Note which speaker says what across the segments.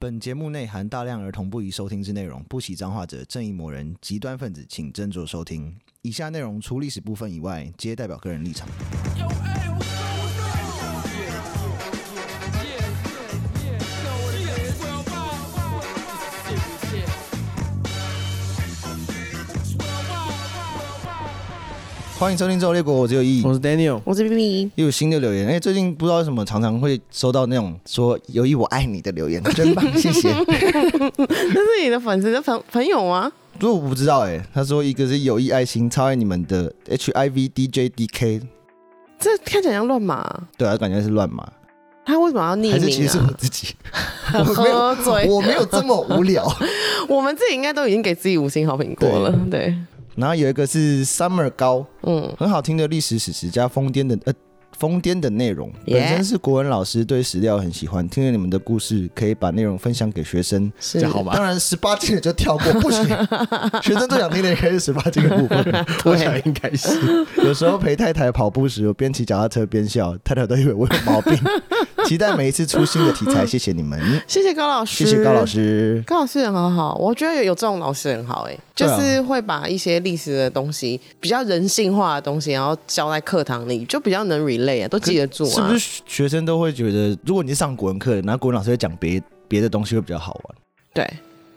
Speaker 1: 本节目内含大量儿童不宜收听之内容，不喜脏话者、正义魔人、极端分子，请斟酌收听。以下内容除历史部分以外，皆代表个人立场。欢迎收听《周列国》，我只有意义。
Speaker 2: 我是 Daniel，
Speaker 3: 我是 B B，
Speaker 1: 又有新的留言，哎、最近不知道为什么常常会收到那种说“友谊我爱你”的留言，真棒，谢谢。
Speaker 3: 这是你的粉丝的朋朋友啊吗？
Speaker 1: 如果我不知道、哎，他说一个是友谊爱心，超爱你们的 HIV DJ DK，
Speaker 3: 这看起来像乱码，
Speaker 1: 对啊，感觉是乱码，
Speaker 3: 他为什么要匿
Speaker 1: 还是其
Speaker 3: 名
Speaker 1: 实是我
Speaker 3: 啊？哦
Speaker 1: 自己，我 没有，
Speaker 3: 喝醉，
Speaker 1: 我没有这么无聊。
Speaker 3: 我们自己应该都已经给自己五星好评过了，对，
Speaker 1: 然后有一个是 Summer 高，
Speaker 3: 嗯，
Speaker 1: 很好听的历史史实加疯癫的呃疯癫的内容，
Speaker 3: Yeah
Speaker 1: 本身是国文老师，对史料很喜欢，听了你们的故事，可以把内容分享给学生，
Speaker 3: 是
Speaker 2: 这样好吧
Speaker 1: 当？然，十八禁的就跳过， 不行。学生最想听的应该是十八禁的部分。
Speaker 2: 我想应该是
Speaker 1: 有时候陪太太跑步时，我边骑脚踏车边笑，太太都以为我有 毛病。期待每一次出新的题材，谢谢你们，
Speaker 3: 谢谢高老师，
Speaker 1: 谢谢高老，师。
Speaker 3: 高老师人好好，我觉得有有这种老师很好、哎，
Speaker 1: 对
Speaker 3: 就
Speaker 1: 啊
Speaker 3: 是会把一些历史的东西、比较人性化的东西，然后教在课堂里，就比较能 relay 啊，都记得住啊，
Speaker 1: 是不是学生都会觉得，如果你是上国文课的，然后国文老师会讲别别的东西会比较好玩？
Speaker 3: 对。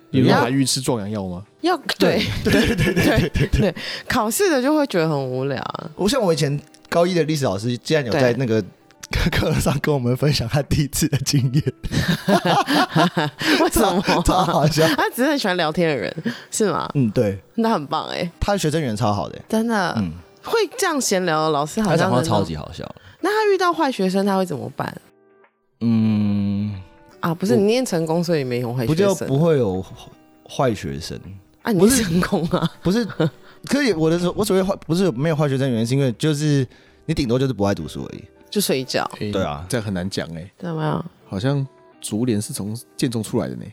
Speaker 2: 有办法预吃壮阳药吗？
Speaker 3: 要对对对对对对，考试的就会觉得很无聊啊。
Speaker 1: 我像我以前高一的历史老师，竟然有在那
Speaker 3: 对
Speaker 1: 个课 上跟我们分享他第一次的经验，
Speaker 3: 为什么啊、
Speaker 1: 超好笑。
Speaker 3: 他只是很喜欢聊天的人，是吗？
Speaker 1: 嗯，对，
Speaker 3: 那很棒哎、
Speaker 1: 他的学生缘超好的、
Speaker 3: 真的、
Speaker 1: 嗯，
Speaker 3: 会这样闲聊的老师呃好
Speaker 1: 他
Speaker 3: 像
Speaker 1: 讲话
Speaker 3: 人都
Speaker 1: 超。级好笑。
Speaker 3: 那他遇到坏学生他会怎么办
Speaker 1: 嗯，
Speaker 3: 啊？不是
Speaker 1: 我
Speaker 3: 你念成功，所以没有坏
Speaker 1: 不
Speaker 3: 学
Speaker 1: 就
Speaker 3: 生
Speaker 1: 不会有坏学生？
Speaker 3: 啊？你
Speaker 1: 不
Speaker 3: 是
Speaker 1: 是
Speaker 3: 成功啊？
Speaker 1: 不是， 可以我的所我所谓坏不是没有坏学生，原因是因为就是你顶多就是不爱读书而已。
Speaker 3: 就睡觉，
Speaker 2: 诶
Speaker 1: 对啊
Speaker 2: 这很难讲哎，
Speaker 3: 知道没有？
Speaker 2: 好像竹联是从建中出来的呢。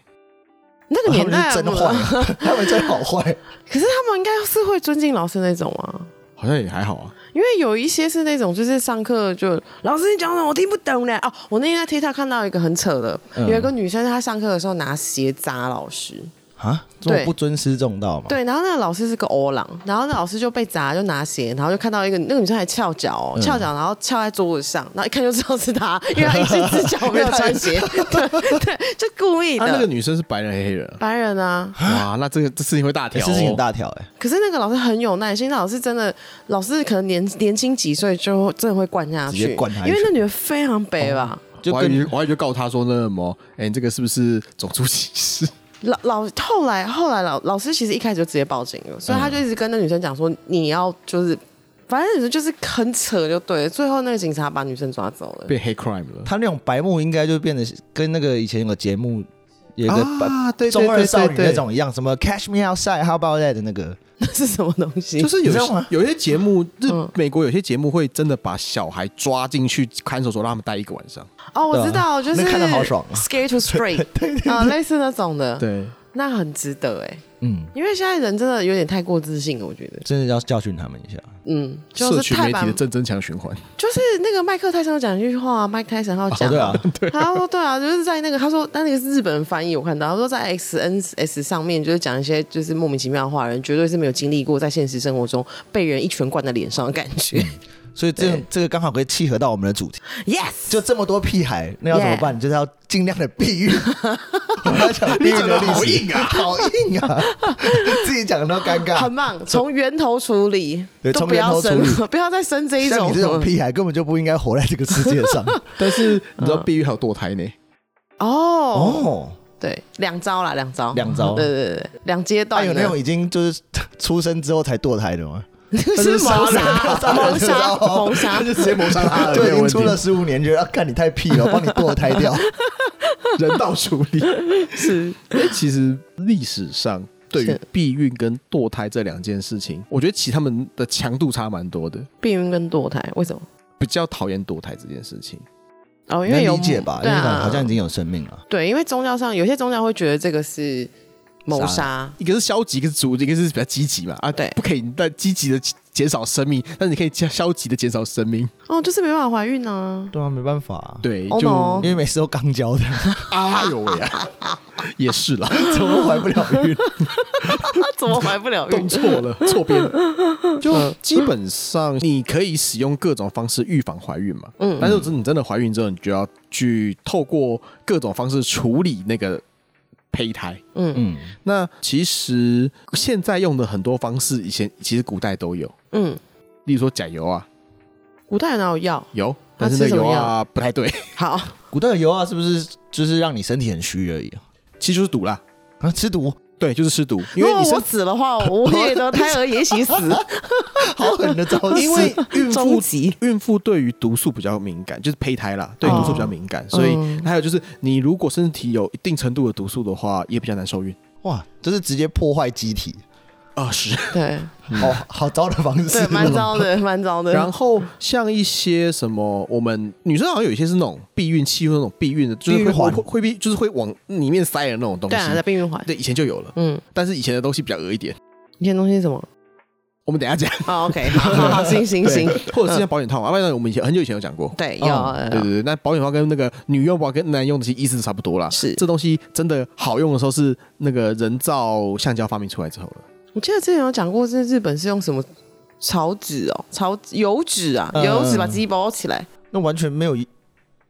Speaker 3: 那个
Speaker 1: 他
Speaker 3: 年
Speaker 1: 们
Speaker 3: 代
Speaker 1: 是
Speaker 3: 啊
Speaker 1: 真
Speaker 3: 不
Speaker 1: 坏
Speaker 3: 能，
Speaker 1: 他们真好 坏。
Speaker 3: 可是他们应该是会尊敬老师那种啊。
Speaker 2: 好像也还好啊，
Speaker 3: 因为有一些是那种，就是上课就老师你讲什么我听不懂呢。哦，我那天在 TikTok 看到一个很扯的，
Speaker 1: 嗯
Speaker 3: 有一个女生她上课的时候拿鞋砸老师，
Speaker 1: 啊，这么
Speaker 3: 对
Speaker 1: 不尊师重道嘛？
Speaker 3: 对，然后那个老师是个欧郎，然后那老师就被砸，就拿鞋，然后就看到一个那个女生还翘脚、哦，翘脚，然后翘在桌子上，然后一看就知道是她，因为她一只只脚没有穿鞋，对对，就故意的。
Speaker 2: 啊，那个女生是白人还是黑人啊？
Speaker 3: 白人啊，
Speaker 2: 哇，那这个这事情会大
Speaker 1: 欸，
Speaker 2: 条哦，
Speaker 1: 事情很大条哎、
Speaker 3: 可是那个老师很有耐心，那老师真的，老师可能年年轻几岁就真的会灌下
Speaker 1: 直接
Speaker 3: 去，
Speaker 1: 灌她一
Speaker 3: 因为
Speaker 1: 拳
Speaker 3: 那女的非常北吧。
Speaker 1: 就
Speaker 2: 我还以
Speaker 1: 跟
Speaker 2: 为我还以为就告他说那什么，哎，你这个是不是种族歧视？
Speaker 3: 老老后来后来老老师其实一开始就直接报警了，所以他就一直跟那女生讲说你要就是，反正女生就是很扯就对了，最后那个警察把女生抓走了。
Speaker 2: 变黑 crime 了
Speaker 1: 他那种白目，应该就变得跟那个以前有个节目有一个白、
Speaker 2: 啊？对对
Speaker 1: 中二
Speaker 2: 对
Speaker 1: 少
Speaker 2: 对
Speaker 1: 女
Speaker 2: 对，
Speaker 1: 那种一样，什么 Catch Me Outside，How about that 的那个，
Speaker 3: 那是什么东西？
Speaker 2: 就是有
Speaker 1: 你知
Speaker 2: 些
Speaker 1: 道吗
Speaker 2: 有些节目，日
Speaker 3: 嗯
Speaker 2: 美国有些节目会真的把小孩抓进去看守所，让他们待一个晚上。
Speaker 3: 哦，
Speaker 1: 对啊
Speaker 3: 我知道，就是
Speaker 1: 那看得好爽啊
Speaker 3: s c a r e to Spray，啊，类似那种的，
Speaker 2: 对，
Speaker 3: 那很值得哎，
Speaker 1: 嗯，
Speaker 3: 因为现在人真的有点太过自信了，我觉得，
Speaker 1: 真的要教训他们一下。
Speaker 3: 嗯，就
Speaker 2: 社
Speaker 3: 是
Speaker 2: 群
Speaker 3: 太
Speaker 2: 媒体
Speaker 3: 把
Speaker 2: 的，正增强循环。
Speaker 3: 就是那个麦克泰森有讲一句话，麦克泰森他有
Speaker 1: 哦，
Speaker 3: 讲
Speaker 1: 对啊，
Speaker 3: 他说 对啊，就是在那个他说，但那个是日本人翻译，我看到他说在 X N S 上面就是讲一些就是莫名其妙的话，人绝对是没有经历过在现实生活中被人一拳灌在脸上的感觉。
Speaker 1: 所以这样这个刚好可以契合到我们的主题。
Speaker 3: yes，
Speaker 1: 就这么多屁孩，那要怎么办就是要尽量的避孕。我要讲避孕的历史，好硬啊，好硬啊，自己讲都尴尬
Speaker 3: 很。棒，从源头处理，
Speaker 1: 对
Speaker 3: 都
Speaker 1: 从
Speaker 3: 不
Speaker 1: 源
Speaker 3: 要
Speaker 1: 头
Speaker 3: 生
Speaker 1: 处
Speaker 3: 了，不要再生这一
Speaker 1: 像
Speaker 3: 种
Speaker 1: 你这种屁孩，根本就不应该活在这个世界上。
Speaker 2: 但是你知道避孕还有堕胎呢？
Speaker 3: 哦。
Speaker 1: 哦，
Speaker 3: 对，两招啦，两招，
Speaker 1: 两招
Speaker 3: 对对对，两阶
Speaker 1: 他
Speaker 3: 段
Speaker 1: 有
Speaker 3: 的。
Speaker 1: 那 种已经就是出生之后才堕胎的吗？
Speaker 3: 那 是
Speaker 1: 啊
Speaker 3: 谋 杀，谋 杀，谋杀
Speaker 2: 他。就直接谋杀他 了，
Speaker 1: 就
Speaker 2: 没
Speaker 1: 已
Speaker 2: 有
Speaker 1: 经
Speaker 2: 问
Speaker 1: 出了
Speaker 2: 题。
Speaker 1: 十五年，觉得啊，看你太屁了，我帮你堕胎 掉。
Speaker 2: 人道处理。
Speaker 3: 是，
Speaker 2: 因为其实历史上对于
Speaker 3: 是
Speaker 2: 避孕跟堕胎这两件事情，我觉得其实他们的强度差蛮多的。
Speaker 3: 避孕跟堕胎，为什么？
Speaker 2: 比较讨厌堕胎这件事情，
Speaker 3: 哦，因
Speaker 1: 能
Speaker 3: 为有
Speaker 1: 理解吧？因
Speaker 3: 对
Speaker 1: 为
Speaker 3: 啊，
Speaker 1: 好像已经有生命了。
Speaker 3: 对，因为宗教上有些宗教会觉得这个是谋杀，
Speaker 2: 一个是消极，一个是主，一个是比较积极嘛啊，
Speaker 3: 对
Speaker 2: 不可以但积极的减少生命，但是你可以消消极的减少生命，
Speaker 3: 哦，就是没办法怀孕 啊。
Speaker 1: 对啊，没办法、啊，
Speaker 2: 对，
Speaker 3: 哦
Speaker 2: 就、
Speaker 3: no
Speaker 1: 因为每次都刚交的，
Speaker 2: 哎呦喂啊，也是啦，
Speaker 1: 怎么怀不了孕？
Speaker 3: 他怎么怀不了
Speaker 2: 动
Speaker 3: 孕？
Speaker 2: 错了，错边。就基本上你可以使用各种方式预防怀孕嘛，嗯，但是你真的怀孕之后，你就要去透过各种方式处理那个胚胎。
Speaker 1: 嗯，
Speaker 2: 那其实现在用的很多方式，以前其实古代都有，
Speaker 3: 嗯，
Speaker 2: 例如说甲油啊，
Speaker 3: 古代人哪有药？
Speaker 2: 有，
Speaker 3: 那
Speaker 2: 但
Speaker 3: 吃
Speaker 2: 是那
Speaker 3: 什么
Speaker 2: 油啊不太对，
Speaker 3: 好，
Speaker 1: 古代的油啊，是不是就是让你身体很虚而已啊？
Speaker 2: 其实就是毒啦，
Speaker 1: 啊，吃毒
Speaker 2: 对，就是吃 毒，因
Speaker 3: 如
Speaker 2: 为
Speaker 3: 果
Speaker 2: 你
Speaker 3: 我
Speaker 2: 身
Speaker 3: 死的话，我也得胎儿也一起死，
Speaker 1: 好狠的招式，
Speaker 2: 因为 孕
Speaker 3: 终
Speaker 2: 妇
Speaker 3: 极。
Speaker 2: 孕妇对于毒素比较敏感，就是胚胎啦，对
Speaker 3: 哦嗯
Speaker 2: 毒素比较敏感，所以还有就是你如果身体有一定程度的毒素的话，也比较难受孕。
Speaker 1: 哇，这是直接破坏机体，
Speaker 2: 啊，是。
Speaker 3: 对
Speaker 1: 好好糟的方式，
Speaker 3: 对，蛮糟的，蛮糟的。
Speaker 2: 然后像一些什么，我们女生好像有一些是那种避孕器，或者那种避孕的，就是
Speaker 1: 避
Speaker 2: 会
Speaker 1: 孕环
Speaker 2: 会会避，就是会往里面塞的那种东西。
Speaker 3: 对啊，在避孕环。
Speaker 2: 对，以前就有了，
Speaker 3: 嗯，
Speaker 2: 但是以前的东西比较恶一点。
Speaker 3: 以前东西是什么？
Speaker 2: 我们等一下讲。
Speaker 3: 哦，OK，好好好，行行 行哎
Speaker 2: 对，，或者是像保险套啊，不然我们以前很久以前有讲过。
Speaker 3: 对，
Speaker 1: 哦
Speaker 2: 对
Speaker 3: 要
Speaker 2: 对对，那保险套跟那个女用保跟男用的其实意思差不多啦。
Speaker 3: 是
Speaker 2: 这东西真的好用的时候是那个人造橡胶发明出来之后 了。
Speaker 3: 我记得之前有讲过，是日本是用什么草纸哦，草油纸啊，
Speaker 1: 嗯
Speaker 3: 油纸把自己包起来。
Speaker 1: 那完全没有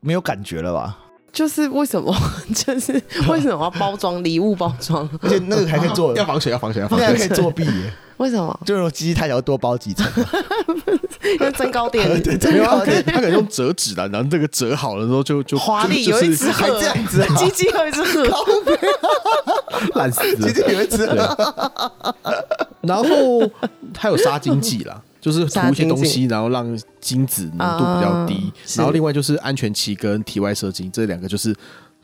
Speaker 1: 没有感觉了吧？
Speaker 3: 就是为什么？ 就是为什么要包装礼物包装？
Speaker 1: 而且那个还可以 做，
Speaker 2: 要防水，要防水，要
Speaker 1: 那
Speaker 2: 防
Speaker 1: 个
Speaker 2: 水。
Speaker 1: 还可以作弊耶，
Speaker 3: 为什么？
Speaker 1: 就是如果机器太小，多包几层。
Speaker 3: 因为增高垫
Speaker 1: 对
Speaker 2: 没有，
Speaker 1: 啊
Speaker 2: 他可以他可能用折纸的，然后这个折好了之后就就
Speaker 3: 华丽，
Speaker 2: 就
Speaker 3: 有
Speaker 2: 就
Speaker 3: 一
Speaker 2: 是
Speaker 3: 只鹤，
Speaker 1: 还这样子啊
Speaker 3: 鸡鸡有一只 鹤，
Speaker 2: 烂死了
Speaker 1: 其实有一只
Speaker 2: 对，然后还有杀精剂 啦，就是涂一些东
Speaker 3: 杀精
Speaker 2: 西，然后让精子浓度比较低
Speaker 3: 啊。是
Speaker 2: 然后另外就是安全期跟体外射精，这两个就是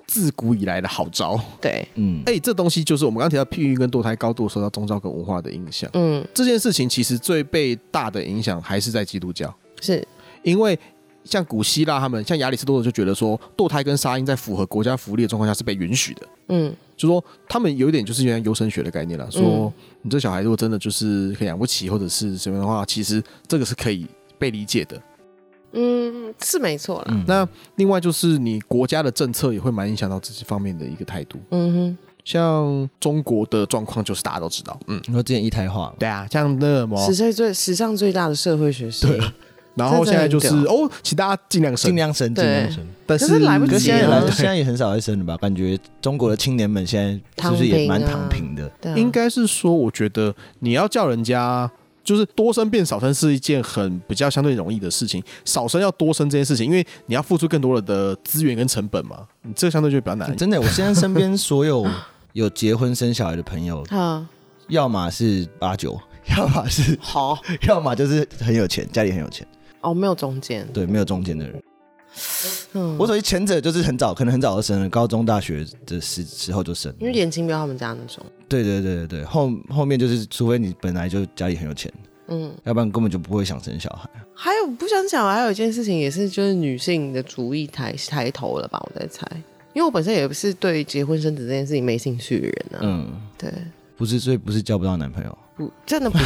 Speaker 2: 自古以来的好招。
Speaker 3: 对，
Speaker 1: 嗯，
Speaker 2: 哎、这东西就是我们刚刚提到避孕跟堕胎高度受到宗教跟文化的影响。
Speaker 3: 嗯，
Speaker 2: 这件事情其实最被大的影响还是在基督教，
Speaker 3: 是，
Speaker 2: 因为像古希腊他们，像亚里士多德就觉得说，堕胎跟杀婴在符合国家福利的状况下是被允许的。
Speaker 3: 嗯
Speaker 2: 就说他们有一点就是有点优生学的概念了，说你这小孩如果真的就是可以养不起或者是什么的话，其实这个是可以被理解的。
Speaker 3: 嗯，是没错啦，
Speaker 1: 嗯
Speaker 2: 那另外就是你国家的政策也会蛮影响到这些方面的一个态度，
Speaker 3: 嗯
Speaker 2: 像中国的状况就是大家都知道，嗯，
Speaker 1: 你说之前一胎化，
Speaker 2: 对啊，像那
Speaker 3: 哼，史
Speaker 2: 么，
Speaker 3: 上最史上最大的社会学士，
Speaker 1: 啊
Speaker 2: 然后现在就是
Speaker 3: 这真的
Speaker 2: 哦，请大家尽量
Speaker 1: 尽
Speaker 2: 省，
Speaker 1: 量生，尽
Speaker 3: 对
Speaker 1: 量生。
Speaker 2: 但
Speaker 3: 可是来不及啊
Speaker 1: 可是现在
Speaker 3: 了对
Speaker 1: 来现在也很少在生了吧？感觉中国的青年们现在是不是也蛮躺平的？
Speaker 3: 对啊，
Speaker 2: 应该是说，我觉得你要叫人家就是多生变少生是一件很比较相对容易的事情，少生要多生这件事情，因为你要付出更多的资源跟成本嘛，你这个相对就比较难。
Speaker 1: 哎真的，我现在身边所有 有结婚生小孩的朋友，
Speaker 3: 啊，
Speaker 1: 要么是八九， 要么是
Speaker 3: 好，
Speaker 1: 要么就是很有钱，家里很有钱，
Speaker 3: 哦，没有中间，
Speaker 1: 对，没有中间的人。
Speaker 3: 嗯，
Speaker 1: 我所谓前者就是很早，可能很早就生了，高中、大学的时时候就生了。
Speaker 3: 因为年轻不要他们家那种，
Speaker 1: 对对对对对，后后面就是，除非你本来就家里很有钱，
Speaker 3: 嗯，
Speaker 1: 要不然根本就不会想生小孩。
Speaker 3: 还有不想讲，还有一件事情也是，就是女性的主义抬抬头了吧，我在猜。因为我本身也不是对结婚生子这件事情没兴趣的人啊，
Speaker 1: 嗯，
Speaker 3: 对，
Speaker 1: 不是，所以不是交不到男朋友。
Speaker 3: 不，真的不是，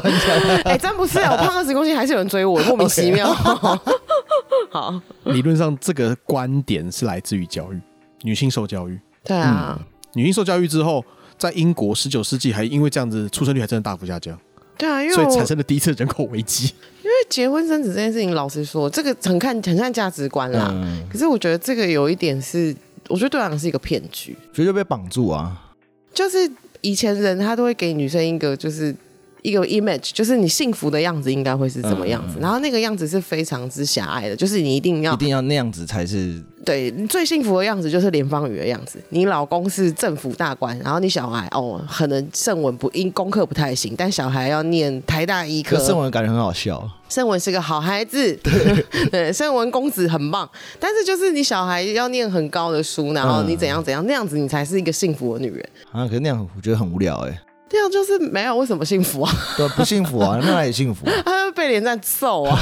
Speaker 3: 哎、真不是啊，我胖二十公斤还是有人追我，莫名其妙。 好，
Speaker 2: 理论上，这个观点是来自于教育，女性受教育，
Speaker 3: 对啊，
Speaker 2: 女性受教育之后。在英国，十九世纪还因为这样子，出生率还真的大幅下降，
Speaker 3: 对啊，因为
Speaker 2: 所
Speaker 3: 我
Speaker 2: 以
Speaker 3: 因
Speaker 2: 产
Speaker 3: 为
Speaker 2: 生了第一次人口危 机。
Speaker 3: 结婚生子这件事情，老实说，这个很看很看价值观啦。
Speaker 1: 嗯，
Speaker 3: 可是我觉得这个有一点是，我觉得对我来讲是一个骗局，
Speaker 1: 所以就被绑住啊。
Speaker 3: 就是以前人他都会给女生一个就是。一个 image 就是你幸福的样子应该会是怎么样子，然后那个样子是非常之狭隘的，就是你一定要
Speaker 1: 一定要那样子才是
Speaker 3: 对，你最幸福的样子就是连方宇的样子。你老公是政府大官，然后你小孩哦，可能圣文不因功课不太行，但小孩要念台大医科
Speaker 1: 可。是我感觉很好笑，
Speaker 3: 圣文是个好 孩子，对，圣文公子很棒。但是就是你小孩要念很
Speaker 1: 嗯
Speaker 3: 高的书，然后你怎样怎样，那样子你才是一个幸福的女人。
Speaker 1: 啊，可是那样我觉得很无聊哎、
Speaker 3: 这样就是没有为什么幸福啊，
Speaker 1: 对，不幸福啊， 那哪里幸福、啊？
Speaker 3: 他会被连战 揍啊。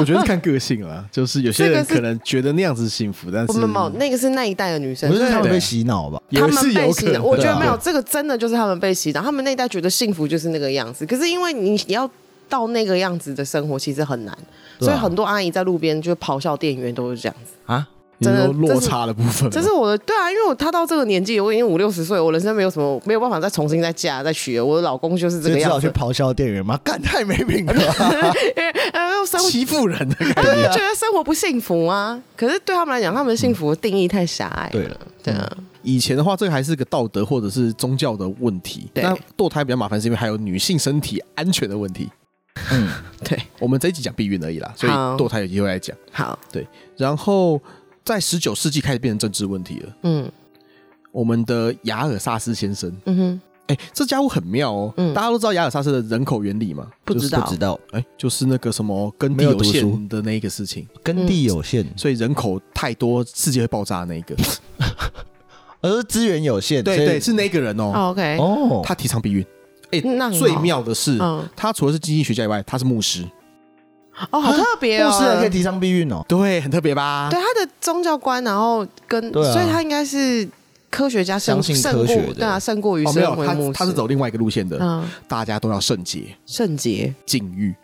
Speaker 2: 我觉得是看个性啦，就是有些
Speaker 3: 这
Speaker 2: 人
Speaker 3: 个是
Speaker 2: 可能觉得那样子幸福，但是
Speaker 3: 不不不，那个是那一代的女生
Speaker 1: 我，觉得他们
Speaker 2: 对
Speaker 1: 被洗脑吧。
Speaker 2: 也
Speaker 3: 他们
Speaker 2: 是
Speaker 3: 被
Speaker 2: 有
Speaker 3: 洗
Speaker 2: 可
Speaker 3: 脑，
Speaker 2: 能。
Speaker 3: 我觉得
Speaker 1: 啊
Speaker 3: 没有，这个真的就是他们被洗脑，他们那一代觉得幸福就是那个样子，可是因为你要到那个样子的生活其实很难，
Speaker 1: 对啊
Speaker 3: 所以很多阿姨在路边就咆哮店员都是这样子。
Speaker 1: 啊，
Speaker 2: 你说
Speaker 3: 真的这
Speaker 2: 落
Speaker 3: 是
Speaker 2: 差的部分吗，
Speaker 3: 这是我的对啊，因为我她到这个年纪，我已经五六十岁，我人生没有什么没有办法再重新再嫁再娶了，我的老公就是这
Speaker 1: 就
Speaker 3: 个
Speaker 1: 只好
Speaker 3: 样
Speaker 1: 去
Speaker 3: 子，
Speaker 1: 咆哮店员嘛，干太没品了吧。
Speaker 3: 因为呃生活
Speaker 2: 欺负人的感
Speaker 3: 就
Speaker 2: 觉。
Speaker 3: 觉得生活不幸福啊。可是对他们来讲，他们的幸福的定义太狭隘了。
Speaker 1: 对 了，
Speaker 3: 对啊，
Speaker 2: 以前的话，这个还是个道德或者是宗教的问题。
Speaker 3: 对
Speaker 2: 那堕胎比较麻烦，是因为还有女性身体安全的问题。
Speaker 1: 嗯，
Speaker 3: 对，
Speaker 2: 我们这一集讲避孕而已啦，所以
Speaker 3: 好
Speaker 2: 堕胎有机会来讲。
Speaker 3: 好，
Speaker 2: 然后在十九世纪开始变成政治问题了。
Speaker 3: 嗯
Speaker 2: 我们的雅尔萨斯先生，
Speaker 3: 嗯哼，
Speaker 2: 哎，这家伙很妙哦。
Speaker 3: 嗯
Speaker 2: 大家都知道雅尔萨斯的人口原理吗？
Speaker 3: 不
Speaker 2: 就是
Speaker 3: 知道
Speaker 1: 不知道，
Speaker 2: 哎，就是那个什么耕地
Speaker 1: 没有
Speaker 2: 有
Speaker 1: 读书
Speaker 2: 限的那一个事情，
Speaker 1: 耕地有限，
Speaker 3: 嗯
Speaker 2: 所以人口太多，世界会爆炸那一 个。
Speaker 1: 而是资源有限。
Speaker 2: 对
Speaker 1: 所以
Speaker 2: 对，是那个人哦，
Speaker 3: 哦 OK，
Speaker 1: 哦，
Speaker 2: 他提倡避孕。哎
Speaker 3: 那，很好
Speaker 2: 最妙的是，
Speaker 3: 嗯，
Speaker 2: 他除了是经济学家以外，他是牧师，
Speaker 3: 哦，好特别哦，
Speaker 1: 牧师还可以提倡避孕哦。
Speaker 2: 对，很特别吧？
Speaker 3: 对他的宗教观，然后跟，
Speaker 1: 对啊
Speaker 3: 所以他应该是科学家胜
Speaker 1: 相信
Speaker 3: 胜
Speaker 1: 科学
Speaker 3: 过，
Speaker 1: 的
Speaker 3: 对啊，胜过于
Speaker 2: 哦，没
Speaker 3: 社
Speaker 2: 有，
Speaker 3: 会牧
Speaker 2: 他他
Speaker 3: 师。
Speaker 2: 是走另外一个路线的，
Speaker 3: 嗯，
Speaker 2: 大家都要圣洁、
Speaker 3: 圣洁，
Speaker 2: 禁欲。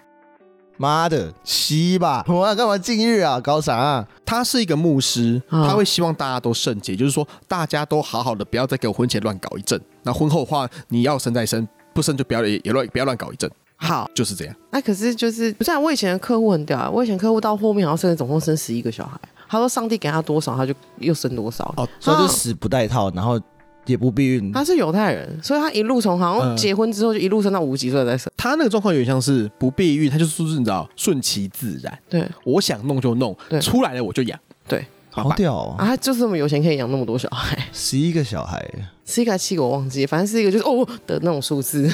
Speaker 1: 妈的，吸吧！我要干嘛禁欲啊？搞啥、啊？
Speaker 2: 他是一个牧师，
Speaker 3: 嗯
Speaker 2: 他会希望大家都圣洁，就是说大家都好好的，不要再给我婚前乱搞一阵。那婚后的话，你要生再生，不生就不要也也乱不要乱搞一阵，
Speaker 3: 好，
Speaker 2: 就是这样。
Speaker 3: 那可是就是不是啊？我以前的客户很屌啊，我以前客户到后面好像生了总共生十一个小孩，他说上帝给他多少，他就又生多少。
Speaker 2: 哦，
Speaker 1: 所以就死不带套，然后也不避孕。
Speaker 3: 他是犹太人，所以他一路从好像
Speaker 2: 嗯
Speaker 3: 结婚之后就一路生到五十几岁再生。
Speaker 2: 他那个状况有点像是不避孕，他就是你知道顺其自然，
Speaker 3: 对
Speaker 2: 我想弄就弄
Speaker 3: 对，
Speaker 2: 出来了我就养。
Speaker 3: 对，
Speaker 1: 好屌
Speaker 3: 啊，
Speaker 1: 哦！
Speaker 3: 他就是这么有钱可以养那么多小孩，
Speaker 1: 十一个小孩，
Speaker 3: 是一个还是七个我忘记，反正是一个就是哦的那种数字。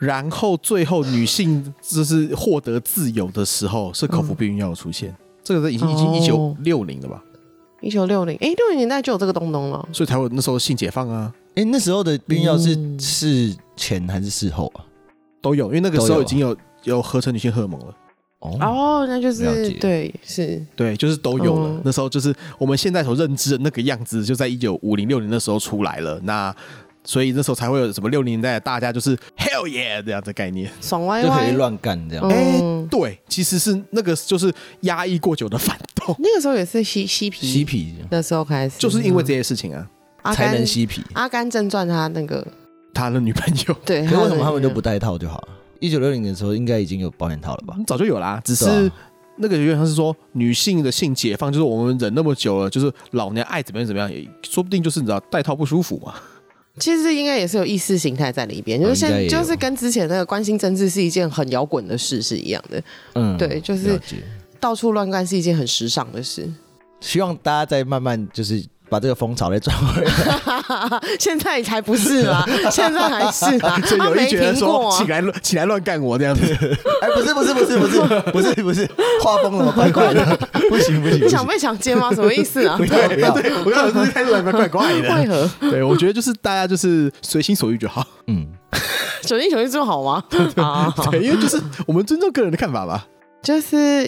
Speaker 2: 然后最后女性就是获得自由的时候，是口服避孕药的出现。这个是已经已经一九
Speaker 3: 哦
Speaker 2: 六零了吧，
Speaker 3: 一九六零，哎，六零年代就有这个东东了。
Speaker 2: 所以才有那时候性解放啊，
Speaker 1: 哎、那时候的避孕药是、
Speaker 3: 嗯
Speaker 1: 是前还是事后啊？
Speaker 2: 都有，因为那个时
Speaker 1: 都有
Speaker 2: 候
Speaker 1: 啊
Speaker 2: 已经有有合成女性荷尔蒙了。
Speaker 1: 哦，
Speaker 3: 哦，那就
Speaker 1: 了
Speaker 3: 是
Speaker 1: 解
Speaker 3: 对，是
Speaker 2: 对，就是都有了。
Speaker 3: 嗯
Speaker 2: 那时候就是我们现在所认知的那个样子，就在一九五零六零那时候出来了。那所以那时候才会有什么六零年代的大家就是 hell yeah 这样的概念。
Speaker 3: 爽歪
Speaker 1: 就可以
Speaker 3: 歪。
Speaker 1: 乱干这样。
Speaker 2: 哎、
Speaker 3: 嗯
Speaker 2: 对，其实是那个就是压抑过久的反动，
Speaker 3: 那个时候也是嬉嬉皮，
Speaker 1: 嬉皮
Speaker 3: 那时候开始，
Speaker 2: 就是因为
Speaker 3: 嗯
Speaker 2: 这些事情啊，
Speaker 3: 阿
Speaker 1: 才
Speaker 3: 甘
Speaker 1: 能嬉皮。
Speaker 3: 阿甘正传他那个
Speaker 2: 他的女朋友
Speaker 3: 对，
Speaker 1: 可是为什么
Speaker 3: 的
Speaker 1: 他们都不戴套就好了？一九六零的时候应该已经有保险套了吧？
Speaker 2: 早就有啦，只
Speaker 1: 对
Speaker 2: 是
Speaker 1: 啊。
Speaker 2: 那个有点像是说女性的性解放，就是我们忍那么久了，就是老娘爱怎么样怎么样，也说不定就是你知道戴套不舒服嘛。
Speaker 3: 其实应该也是有意识形态在里边，就是
Speaker 1: 哦应该也
Speaker 3: 现
Speaker 1: 有
Speaker 3: 就是跟之前那个关心政治是一件很摇滚的事是一样的，
Speaker 1: 嗯，
Speaker 3: 对就是
Speaker 1: 了解
Speaker 3: 到处乱干是一件很时尚的事。
Speaker 1: 希望大家再慢慢就是把这个风潮再转回来。
Speaker 3: 现在才不 是啦，现在还是啦，
Speaker 2: 所以
Speaker 3: 他
Speaker 2: 有
Speaker 3: 没
Speaker 2: 人觉得
Speaker 3: 停
Speaker 2: 说
Speaker 3: 过，
Speaker 2: 起
Speaker 3: 啊。
Speaker 2: 来乱起来乱干我这样子，
Speaker 1: 哎，不是不是不是不是不是不是，画风怎么怪怪的？不行不行，
Speaker 3: 你想被强奸吗？什么意思啊？
Speaker 1: 要 不要？啊
Speaker 2: 我刚刚是开始怪怪怪
Speaker 3: 为
Speaker 2: 的。
Speaker 3: 何
Speaker 2: 对，我觉得就是大家就是随心所欲就好，
Speaker 1: 嗯，
Speaker 3: 九零九一做 好吗？啊，好
Speaker 2: 对，因为就是我们尊重个人的看法吧。
Speaker 3: 就是，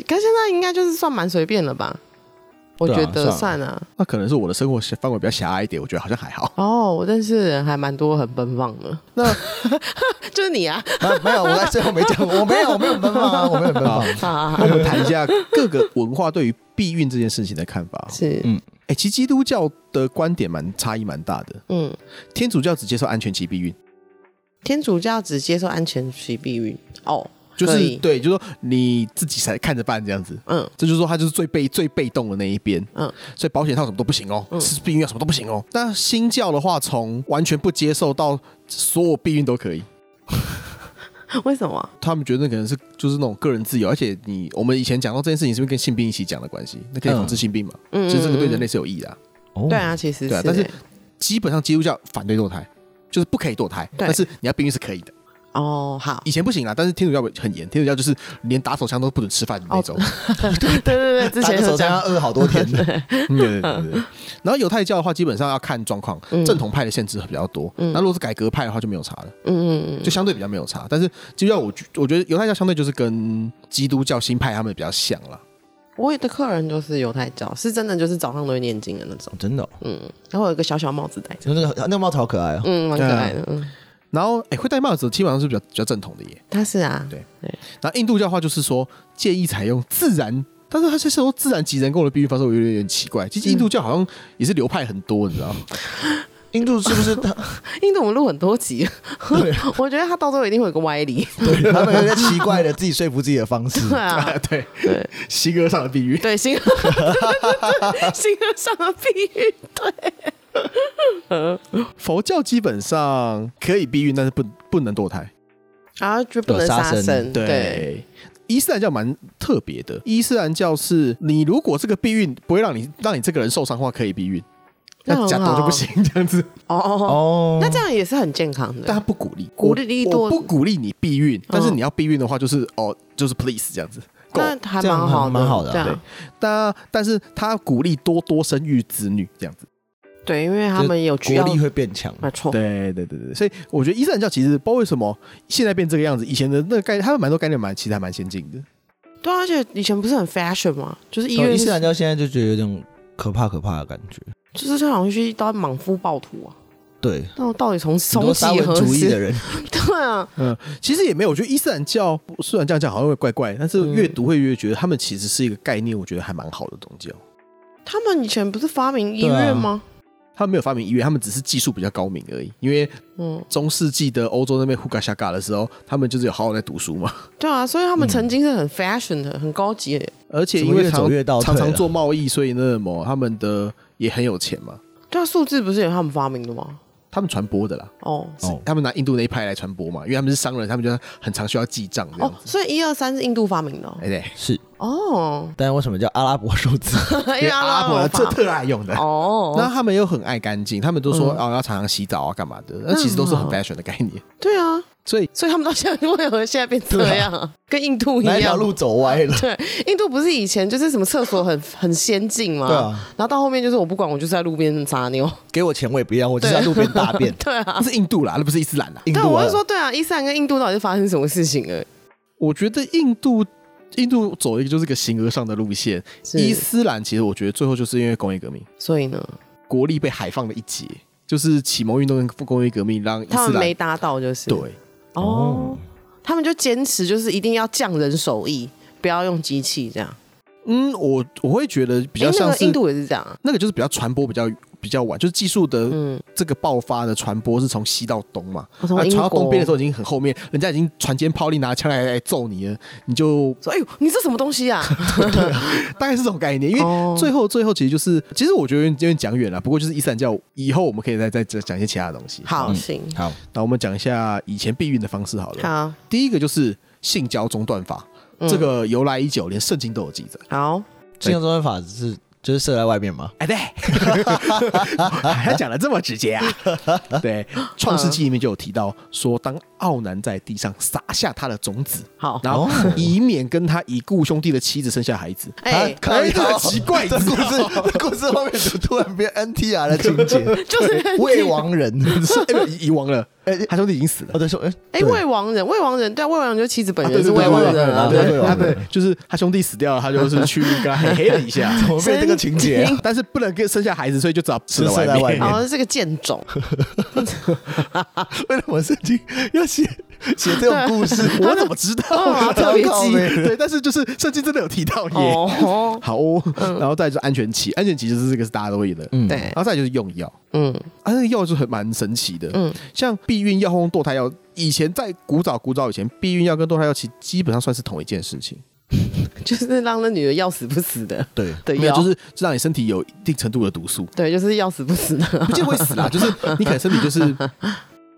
Speaker 3: 可是现在应该就是算蛮随便了吧？我
Speaker 1: 对啊
Speaker 3: 觉得
Speaker 1: 算
Speaker 3: 算了。
Speaker 2: 那可能是我的生活范围比较狭隘一点，我觉得好像还好。
Speaker 3: 哦，我认识的人还蛮多，很奔放的。那 就是 你啊，
Speaker 1: 啊没有，我在最后没讲，我没有我没有奔放啊，我没有奔放。
Speaker 2: 那我们谈一下各个文化对于避孕这件事情的看法。
Speaker 3: 是
Speaker 1: 嗯
Speaker 2: 哎，其实基督教的观点蛮差异蛮大的，
Speaker 3: 嗯，
Speaker 2: 天主教只接受安全期避孕，
Speaker 3: 天主教只接受安全期避孕哦，
Speaker 2: 就
Speaker 3: 可
Speaker 2: 是
Speaker 3: 以
Speaker 2: 对，就是说你自己才看着办这样子。
Speaker 3: 嗯
Speaker 2: 这就是说，他就是最被最被动的那一边，
Speaker 3: 嗯
Speaker 2: 嗯，所以保险套什么都不行哦，
Speaker 3: 嗯
Speaker 2: 吃避孕药什么都不行哦。那新教的话，从完全不接受到所有避孕都可以，
Speaker 3: 为什么？
Speaker 2: 他们觉得那可能是就是那种个人自由，而且你我们以前讲到这件事情是不是跟性病一起讲的关系？那可以防治性病嘛？
Speaker 3: 嗯，
Speaker 2: 其实这个对
Speaker 3: 嗯
Speaker 2: 人类是有益的啊、
Speaker 1: 哦
Speaker 3: 对，啊，其实
Speaker 2: 对啊
Speaker 3: 是
Speaker 2: 但是
Speaker 3: 欸
Speaker 2: 基本上基督教反对堕胎，就是不可以堕胎，
Speaker 3: 对
Speaker 2: 但是你要避孕是可以的。
Speaker 3: 哦，好，
Speaker 2: 以前不行啊啦，但是天主教很严，天主教就是连打手枪都不准吃饭的那
Speaker 3: 哦
Speaker 2: 种。
Speaker 3: 对对对，之
Speaker 1: 打
Speaker 3: 前
Speaker 1: 个
Speaker 3: 有
Speaker 1: 手
Speaker 3: 这
Speaker 1: 枪要
Speaker 3: 样，
Speaker 1: 饿好多天，
Speaker 2: 嗯 对对对对。然后犹太教的话，基本上要看状况，
Speaker 3: 嗯
Speaker 2: 正统派的限制比较多。那如果是改革派的话，就没有差了，
Speaker 3: 嗯嗯
Speaker 2: 就相对比较没有差。但是基督教，我觉我觉得犹太教相对就是跟基督教新派他们比较像啦。
Speaker 3: 嗯，我的客人就是犹太教，是真的就是早上都会念经的那种，
Speaker 1: 真的哦，
Speaker 3: 嗯，然后有一个小小帽子戴着，
Speaker 1: 那个那个帽子好可爱哦。
Speaker 3: 嗯，蛮可爱的，嗯，
Speaker 2: 然后，哎，会戴帽子基本上是比较比较正统的耶。
Speaker 3: 他是啊，
Speaker 2: 对然后印度教的话就是说建议采用自然，但是他是说自然及人工的比喻方式，我觉得有点奇怪。其
Speaker 3: 嗯
Speaker 2: 实印度教好像也是流派很多，你知道吗？
Speaker 1: 印度是不是他
Speaker 3: 印度我们录很多集了，
Speaker 1: 对
Speaker 3: 我觉得他到最后一定会有个歪理，
Speaker 1: 对他们有一个奇怪的自己说服自己的方式？
Speaker 3: 对啊，
Speaker 2: 对，
Speaker 3: 对。
Speaker 2: 西哥上的比喻。
Speaker 3: 对，星河 星河上的比喻，对，
Speaker 2: 佛教基本上可以避孕，但是不不能堕胎。
Speaker 3: 然后就不能
Speaker 1: 有啊杀
Speaker 3: 杀
Speaker 1: 生
Speaker 3: 生，对，
Speaker 2: 对伊斯兰教蛮特别的。伊斯兰教是你如果这个避孕不会让你让你这个人受伤的话，可以避孕。
Speaker 3: 那
Speaker 2: 那
Speaker 3: 很
Speaker 2: 假多就
Speaker 3: 好啊
Speaker 2: 不行， 这样子，
Speaker 3: 哦 哦，
Speaker 1: 哦，
Speaker 3: 那这样也是很健康
Speaker 2: 但
Speaker 3: 的，
Speaker 2: 他不鼓励，
Speaker 3: 鼓励
Speaker 2: 我
Speaker 3: 多
Speaker 2: 我不鼓励你避孕，但是
Speaker 3: 嗯
Speaker 2: 你要避孕的话，就是哦，就是 please 这样子。够
Speaker 3: 那还
Speaker 1: 这
Speaker 3: 蛮
Speaker 1: 样
Speaker 3: 好的，
Speaker 1: 蛮好的啊
Speaker 3: 对啊
Speaker 2: 对但但是他鼓励多多生育子女这样子。
Speaker 3: 对，因为他们有需
Speaker 1: 国
Speaker 3: 要，啊
Speaker 1: 力会变强。
Speaker 3: 没错，
Speaker 2: 对对对对，所以我觉得伊斯兰教其实不知道为什么现在变这个样子，以前的那个概念，他们蛮多概念蛮其实还蛮先进的。
Speaker 3: 对啊，而且以前不是很 fashion 嘛，就是医
Speaker 1: 哦
Speaker 3: 院
Speaker 1: 伊斯兰教现在就觉得有点可怕可怕的感觉。
Speaker 3: 就是就好像去当莽夫暴徒啊，
Speaker 1: 对，
Speaker 3: 那我到底从
Speaker 1: 很
Speaker 3: 从
Speaker 1: 多沙
Speaker 3: 几
Speaker 1: 文
Speaker 3: 何
Speaker 1: 主义的
Speaker 3: 时？
Speaker 1: 人，
Speaker 3: 对啊，
Speaker 2: 嗯，其实也没有，我觉得伊斯兰教虽然这样讲好像会怪怪，但是越读会越觉得他们其实是一个概念，我觉得还蛮好的宗教。
Speaker 3: 他们以前不是发明医
Speaker 1: 啊
Speaker 3: 院吗？
Speaker 2: 他们没有发明医院，他们只是技术比较高明而已。因为
Speaker 3: 嗯，
Speaker 2: 中世纪的欧洲那边呼嘎夏嘎的时候，他们就是有好好在读书嘛，
Speaker 3: 对啊，所以他
Speaker 1: 嗯
Speaker 3: 们曾经是很 fashion 的，很高级的，
Speaker 2: 而且
Speaker 1: 怎
Speaker 2: 因
Speaker 1: 么
Speaker 2: 为
Speaker 1: 越
Speaker 2: 常
Speaker 1: 走越倒退
Speaker 2: 常
Speaker 1: 了
Speaker 2: 常做贸易，所以那什么他们的也很有钱嘛，
Speaker 3: 对啊，数字不是也他们发明的吗？
Speaker 2: 他们传播的啦。
Speaker 3: 哦，
Speaker 1: 哦
Speaker 2: 他们拿印度那一派来传播嘛，因为他们是商人，他们就很常需要记账这样
Speaker 3: 哦，
Speaker 2: 子。
Speaker 3: 所以一二三是印度发明的
Speaker 2: 哎、对，
Speaker 1: 是，
Speaker 3: 哦，
Speaker 1: 但为什么叫阿拉伯数字？
Speaker 3: 哦因为阿拉
Speaker 2: 哎伯
Speaker 3: 伯
Speaker 2: 人这
Speaker 3: 法
Speaker 2: 特爱用的。 那
Speaker 3: 哦，
Speaker 2: 他们又很爱干净，他们都说、
Speaker 3: 嗯
Speaker 2: 哦要常常洗澡啊干嘛的，那其实都是很 fashion 的概 念。
Speaker 3: 对啊，
Speaker 2: 所以
Speaker 3: 所以他们到现在为何现在变这样，跟印度一
Speaker 1: 哪一条
Speaker 3: 样？
Speaker 1: 路走歪了？
Speaker 3: 对，印度不是以前就是什么厕所很很先进嘛，
Speaker 1: 对啊，
Speaker 3: 然后到后面就是我不管，我就是在路边撒尿，。
Speaker 1: 给我钱我也不要，我就是在路边大便
Speaker 3: 对啊
Speaker 2: 那。是印度啦，那不是伊斯兰啦。
Speaker 1: 印
Speaker 3: 对，
Speaker 1: 度
Speaker 3: 我
Speaker 1: 啊
Speaker 3: 是，说，对啊，伊斯兰跟印度到底是发生什么事情了？
Speaker 2: 我觉得印度印度走一个就是个形而上的路线，
Speaker 3: 是
Speaker 2: 伊斯兰其实我觉得最后就是因为工业革命，
Speaker 3: 所以呢，
Speaker 2: 国力被海放了一截，就是启蒙运动跟工业革命让伊
Speaker 3: 他
Speaker 2: 斯
Speaker 3: 们
Speaker 2: 兰
Speaker 3: 没达到就是
Speaker 2: 对
Speaker 3: 哦，他们就坚持就是一定要匠人手艺，不要用机器这样。
Speaker 2: 嗯，我我会觉得比较
Speaker 3: 诶那
Speaker 2: 像
Speaker 3: 个
Speaker 2: 是、
Speaker 3: 印度也是这样啊，
Speaker 2: 那个就是比较传播比较比较晚，就是技术的
Speaker 3: 嗯，
Speaker 2: 这个爆发的传播是从西到东嘛，
Speaker 3: 我
Speaker 2: 那
Speaker 3: 从英
Speaker 2: 传到
Speaker 3: 国
Speaker 2: 啊东边的时候已经很后面，人家已经船坚炮利拿枪来来揍你了，你就
Speaker 3: 说：“哎呦，你这什么东西啊？
Speaker 2: 大概是这种概念。因
Speaker 3: 哦
Speaker 2: 为最后最后其实就是，其实我觉得有点有点讲远了，不过就是伊斯兰教以后我们可以再再再讲一些其他的东西。
Speaker 3: 好，
Speaker 1: 嗯
Speaker 3: 行，
Speaker 1: 好，
Speaker 2: 那我们讲一下以前避孕的方式好了。
Speaker 3: 好，
Speaker 2: 第一个就是性交中断法，
Speaker 3: 嗯
Speaker 2: 这个由来已久，连圣经都有记载。
Speaker 3: 好，
Speaker 1: 信仰中文法是就是射在外面吗？
Speaker 2: 哎，对， 还讲的这么直接啊？对，《创世纪》里面就有提到说，当傲男在地上撒下他的种子，
Speaker 3: 好，
Speaker 2: 然后
Speaker 1: 哦
Speaker 2: 以免跟他已故兄弟的妻子生下孩子。
Speaker 3: 哎、
Speaker 1: 啊靠
Speaker 2: 哎这很奇怪
Speaker 1: 这
Speaker 2: 你
Speaker 1: 故
Speaker 2: 知
Speaker 1: 事，这故事后面就突然变 NTR 的情节，
Speaker 3: 就是
Speaker 1: 未亡人。
Speaker 2: 是哎，遗遗忘了，哎，他兄弟已经死了。
Speaker 1: 我在说，哎，
Speaker 3: 哎，
Speaker 1: 对
Speaker 3: 未亡人，未亡人，对啊，未亡人就是妻子本
Speaker 1: 哎
Speaker 2: 啊
Speaker 3: 人是未亡人啊，
Speaker 1: 对对
Speaker 2: 对
Speaker 1: 对
Speaker 2: 他
Speaker 1: 对
Speaker 2: 对，就是他兄弟死掉了，他就是去跟他嘿嘿了一下，
Speaker 1: 怎么变这个情节啊？
Speaker 2: 但是不能跟生下孩子，所以就只好吃在
Speaker 1: 吃在
Speaker 2: 外
Speaker 1: 外
Speaker 2: 面。
Speaker 1: 面
Speaker 3: 然后哦是个贱种，
Speaker 1: 为什么圣经要写写这种 故事？
Speaker 2: 我怎么知 道？
Speaker 1: 啊
Speaker 3: 哦特别
Speaker 1: 靠背
Speaker 2: 对，但是就是圣经真的有提到耶。
Speaker 3: 哦，
Speaker 2: 好哦，然后再来就是安全期，安全期就是这个是大家都会的，
Speaker 1: 嗯
Speaker 3: 对
Speaker 2: 然，后再来就是用药，
Speaker 3: 嗯
Speaker 2: 啊，那个药就很蛮神奇的，
Speaker 3: 嗯，
Speaker 2: 像避孕药跟堕胎药，以前在古早古早以前，避孕药跟堕胎药其实基本上算是同一件事情，
Speaker 3: 就是让那女的要死不死的，
Speaker 1: 对，
Speaker 3: 对，
Speaker 2: 没有就是是让你身体有一定程度的毒素，
Speaker 3: 对，就是要死不死的，
Speaker 2: 不见得会死啦，就是你可能身体就是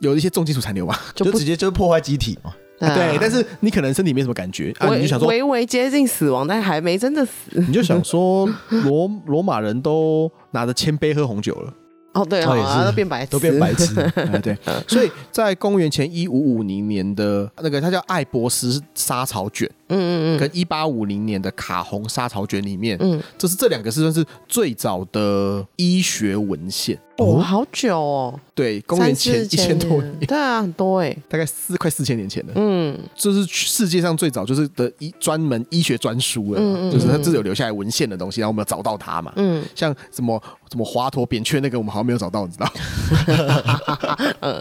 Speaker 2: 有一些重金属残留嘛，
Speaker 3: 就
Speaker 1: 就
Speaker 3: 不
Speaker 1: 直接就破坏机体嘛。
Speaker 3: 啊
Speaker 2: 对，但是你可能身体没什么感觉啊，你就
Speaker 3: 微
Speaker 2: 想说，
Speaker 3: 微微接近死亡，但还没真的死
Speaker 2: 你就想说罗罗马人都拿着千杯喝红酒了，
Speaker 3: 哦，对
Speaker 1: 哦也
Speaker 3: 啊，
Speaker 1: 是
Speaker 3: 都变白痴，
Speaker 1: 都变白痴，
Speaker 2: 哎，对，所以在公元前一五五零年的那个，它叫艾伯斯沙草卷，
Speaker 3: 嗯嗯嗯，
Speaker 2: 跟一八五零年的卡洪沙草卷里面，
Speaker 3: 嗯，
Speaker 2: 这是这两个是算是最早的医学文献。
Speaker 3: 哦，好久哦，
Speaker 2: 对，公元前一
Speaker 3: 三四
Speaker 2: 千多
Speaker 3: 年
Speaker 2: 年，
Speaker 3: 对啊，很多哎，
Speaker 2: 大概四快四千年前了。
Speaker 3: 嗯，
Speaker 2: 这是世界上最早就是的医专门医学专书了，
Speaker 3: 嗯嗯
Speaker 2: 就是它这有留下来文献的东西，然后我们有找到它嘛。
Speaker 3: 嗯，
Speaker 2: 像什么什么华佗扁鹊那个，我们好像没有找到，你知 道？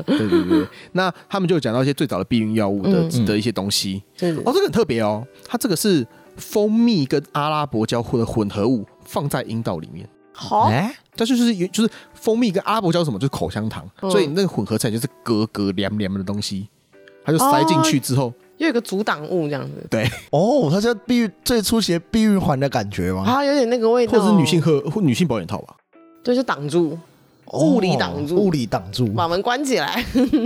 Speaker 2: 对对对对。那他们就有讲到一些最早的避孕药物的、
Speaker 1: 嗯
Speaker 2: 的一些东西。
Speaker 3: 对，
Speaker 2: 哦，这个很特别哦，它这个是蜂蜜跟阿拉伯胶混的混合物放在阴道里面。
Speaker 3: 好，
Speaker 1: 哎，
Speaker 2: 它就是有就是蜂蜜跟阿拉伯胶什么，就是口香糖，
Speaker 3: 嗯
Speaker 2: 所以那个混合起来就是咯咯凉凉的东西，它就塞进去之后，
Speaker 3: 又有一个阻挡物这样子，
Speaker 1: 哦，它叫避孕最初期的避孕环的感觉吗？
Speaker 3: 啊，有点那个味道，
Speaker 2: 或者是女性，荷或女性保险套吧。
Speaker 3: 对，就挡住，
Speaker 1: 哦
Speaker 3: 物理挡住
Speaker 1: 物理挡住，
Speaker 3: 把门关起来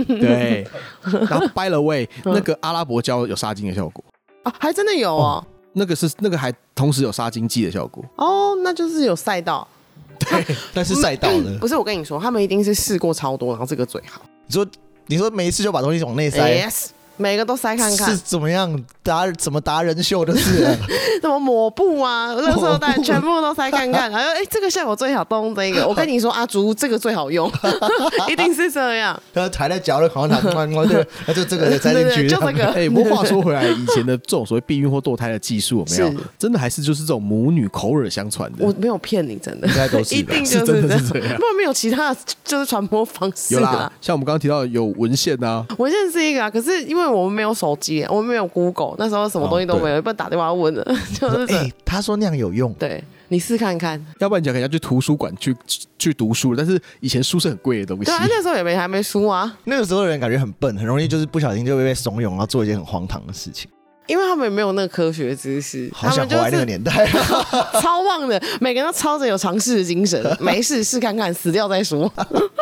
Speaker 2: 对，然后 by the way，那个阿拉伯胶有杀精的效果，
Speaker 3: 啊，还真的有哦，
Speaker 2: 那个是那个还同时有杀精剂的效果。
Speaker 3: 哦，那就是有赛道，嗯
Speaker 1: 对，但是赛道的，
Speaker 3: 不是我跟你说，他们一定是试过超多，然后这个最好
Speaker 1: 你说你说每一次就把东西往内塞，
Speaker 3: ，yes，每个都塞哎看看
Speaker 1: 是，怎么样达怎么达人秀啊就是 了，
Speaker 3: 什么抹布啊、热手袋， 全部都塞看看，然后哎、这个效果最好，动这个。我跟你说，阿竹这个最好 用， 一定是这样。
Speaker 1: 然后踩在脚的口香糖，咣咣 这个，那就这个也塞进去，
Speaker 3: 对对就这个
Speaker 2: 哎、不过话说回来，以前的这种所谓避孕或堕胎的技术，有没有
Speaker 3: 是
Speaker 2: 真的还是就是这种母女口耳相传的？
Speaker 3: 我没有骗你，真的，
Speaker 1: 应该都是
Speaker 3: 一
Speaker 1: 吧
Speaker 3: 定
Speaker 2: 是
Speaker 3: 就
Speaker 2: 真的是
Speaker 3: 这
Speaker 2: 这样
Speaker 3: 不然没有其他的就是传播方式
Speaker 2: 有
Speaker 3: 啊
Speaker 2: 啦，。像我们刚刚提到有文献呐、
Speaker 3: 我认识一个啊，可是因为我们没有手机，我们没有 Google，那时候什么东西都没有，不然打电话问的， 就是这
Speaker 1: 哦哎，他说那样有用，
Speaker 3: 对你试看看。
Speaker 2: 要不然你讲人家去图书馆去去读书，但是以前书是很贵的东西
Speaker 3: 对。啊，那时候也没还没输啊，
Speaker 1: 那个时候的人感觉很笨，很容易就是不小心就被被怂恿，然后做一件很荒唐的事情。
Speaker 3: 因为他们也没有那个科学知识，
Speaker 1: 好
Speaker 3: 他
Speaker 1: 想
Speaker 3: 们就
Speaker 1: 活在那
Speaker 3: 是
Speaker 1: 个年代，啊
Speaker 3: 超旺的，每个人都超着有尝试的 精神，没事试看看，死掉再说。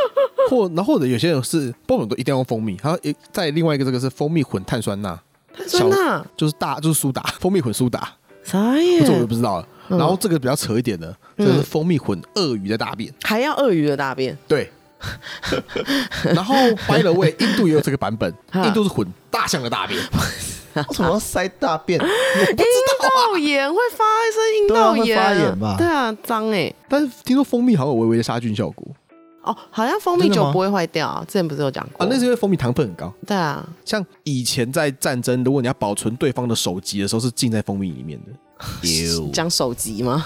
Speaker 2: 或然后或者有些人是不懂都一定要用蜂蜜，还有一再另外一个这个是蜂蜜混碳酸钠，
Speaker 3: 真的啊
Speaker 2: 就是大就是苏打，蜂蜜混苏打，
Speaker 3: 啥
Speaker 2: 这我
Speaker 3: 耶
Speaker 2: 就？不知道了。然后这个比较扯一点的，这个是蜂蜜混鳄鱼的大便，
Speaker 3: 还要鳄鱼的 大便？
Speaker 2: 对。然 后 by the way，印度也有这个版 本，
Speaker 3: 哈
Speaker 2: 印度是混大象的大便，
Speaker 1: 为什么要塞大 便？
Speaker 3: 阴道炎会发生阴道炎，
Speaker 1: 对啊会发炎吧
Speaker 3: 对啊，脏哎、
Speaker 2: 但是听说蜂蜜好像有微微的杀菌效果
Speaker 3: 哦，好像蜂蜜
Speaker 1: 真的
Speaker 3: 酒
Speaker 1: 吗
Speaker 3: 不会坏掉啊，之前不是有讲过？
Speaker 2: 啊，那是因为蜂蜜糖分很高。
Speaker 3: 对啊，
Speaker 2: 像以前在战争，如果你要保存对方的首级的时候，是浸在蜂蜜里面的。
Speaker 3: 讲手机吗？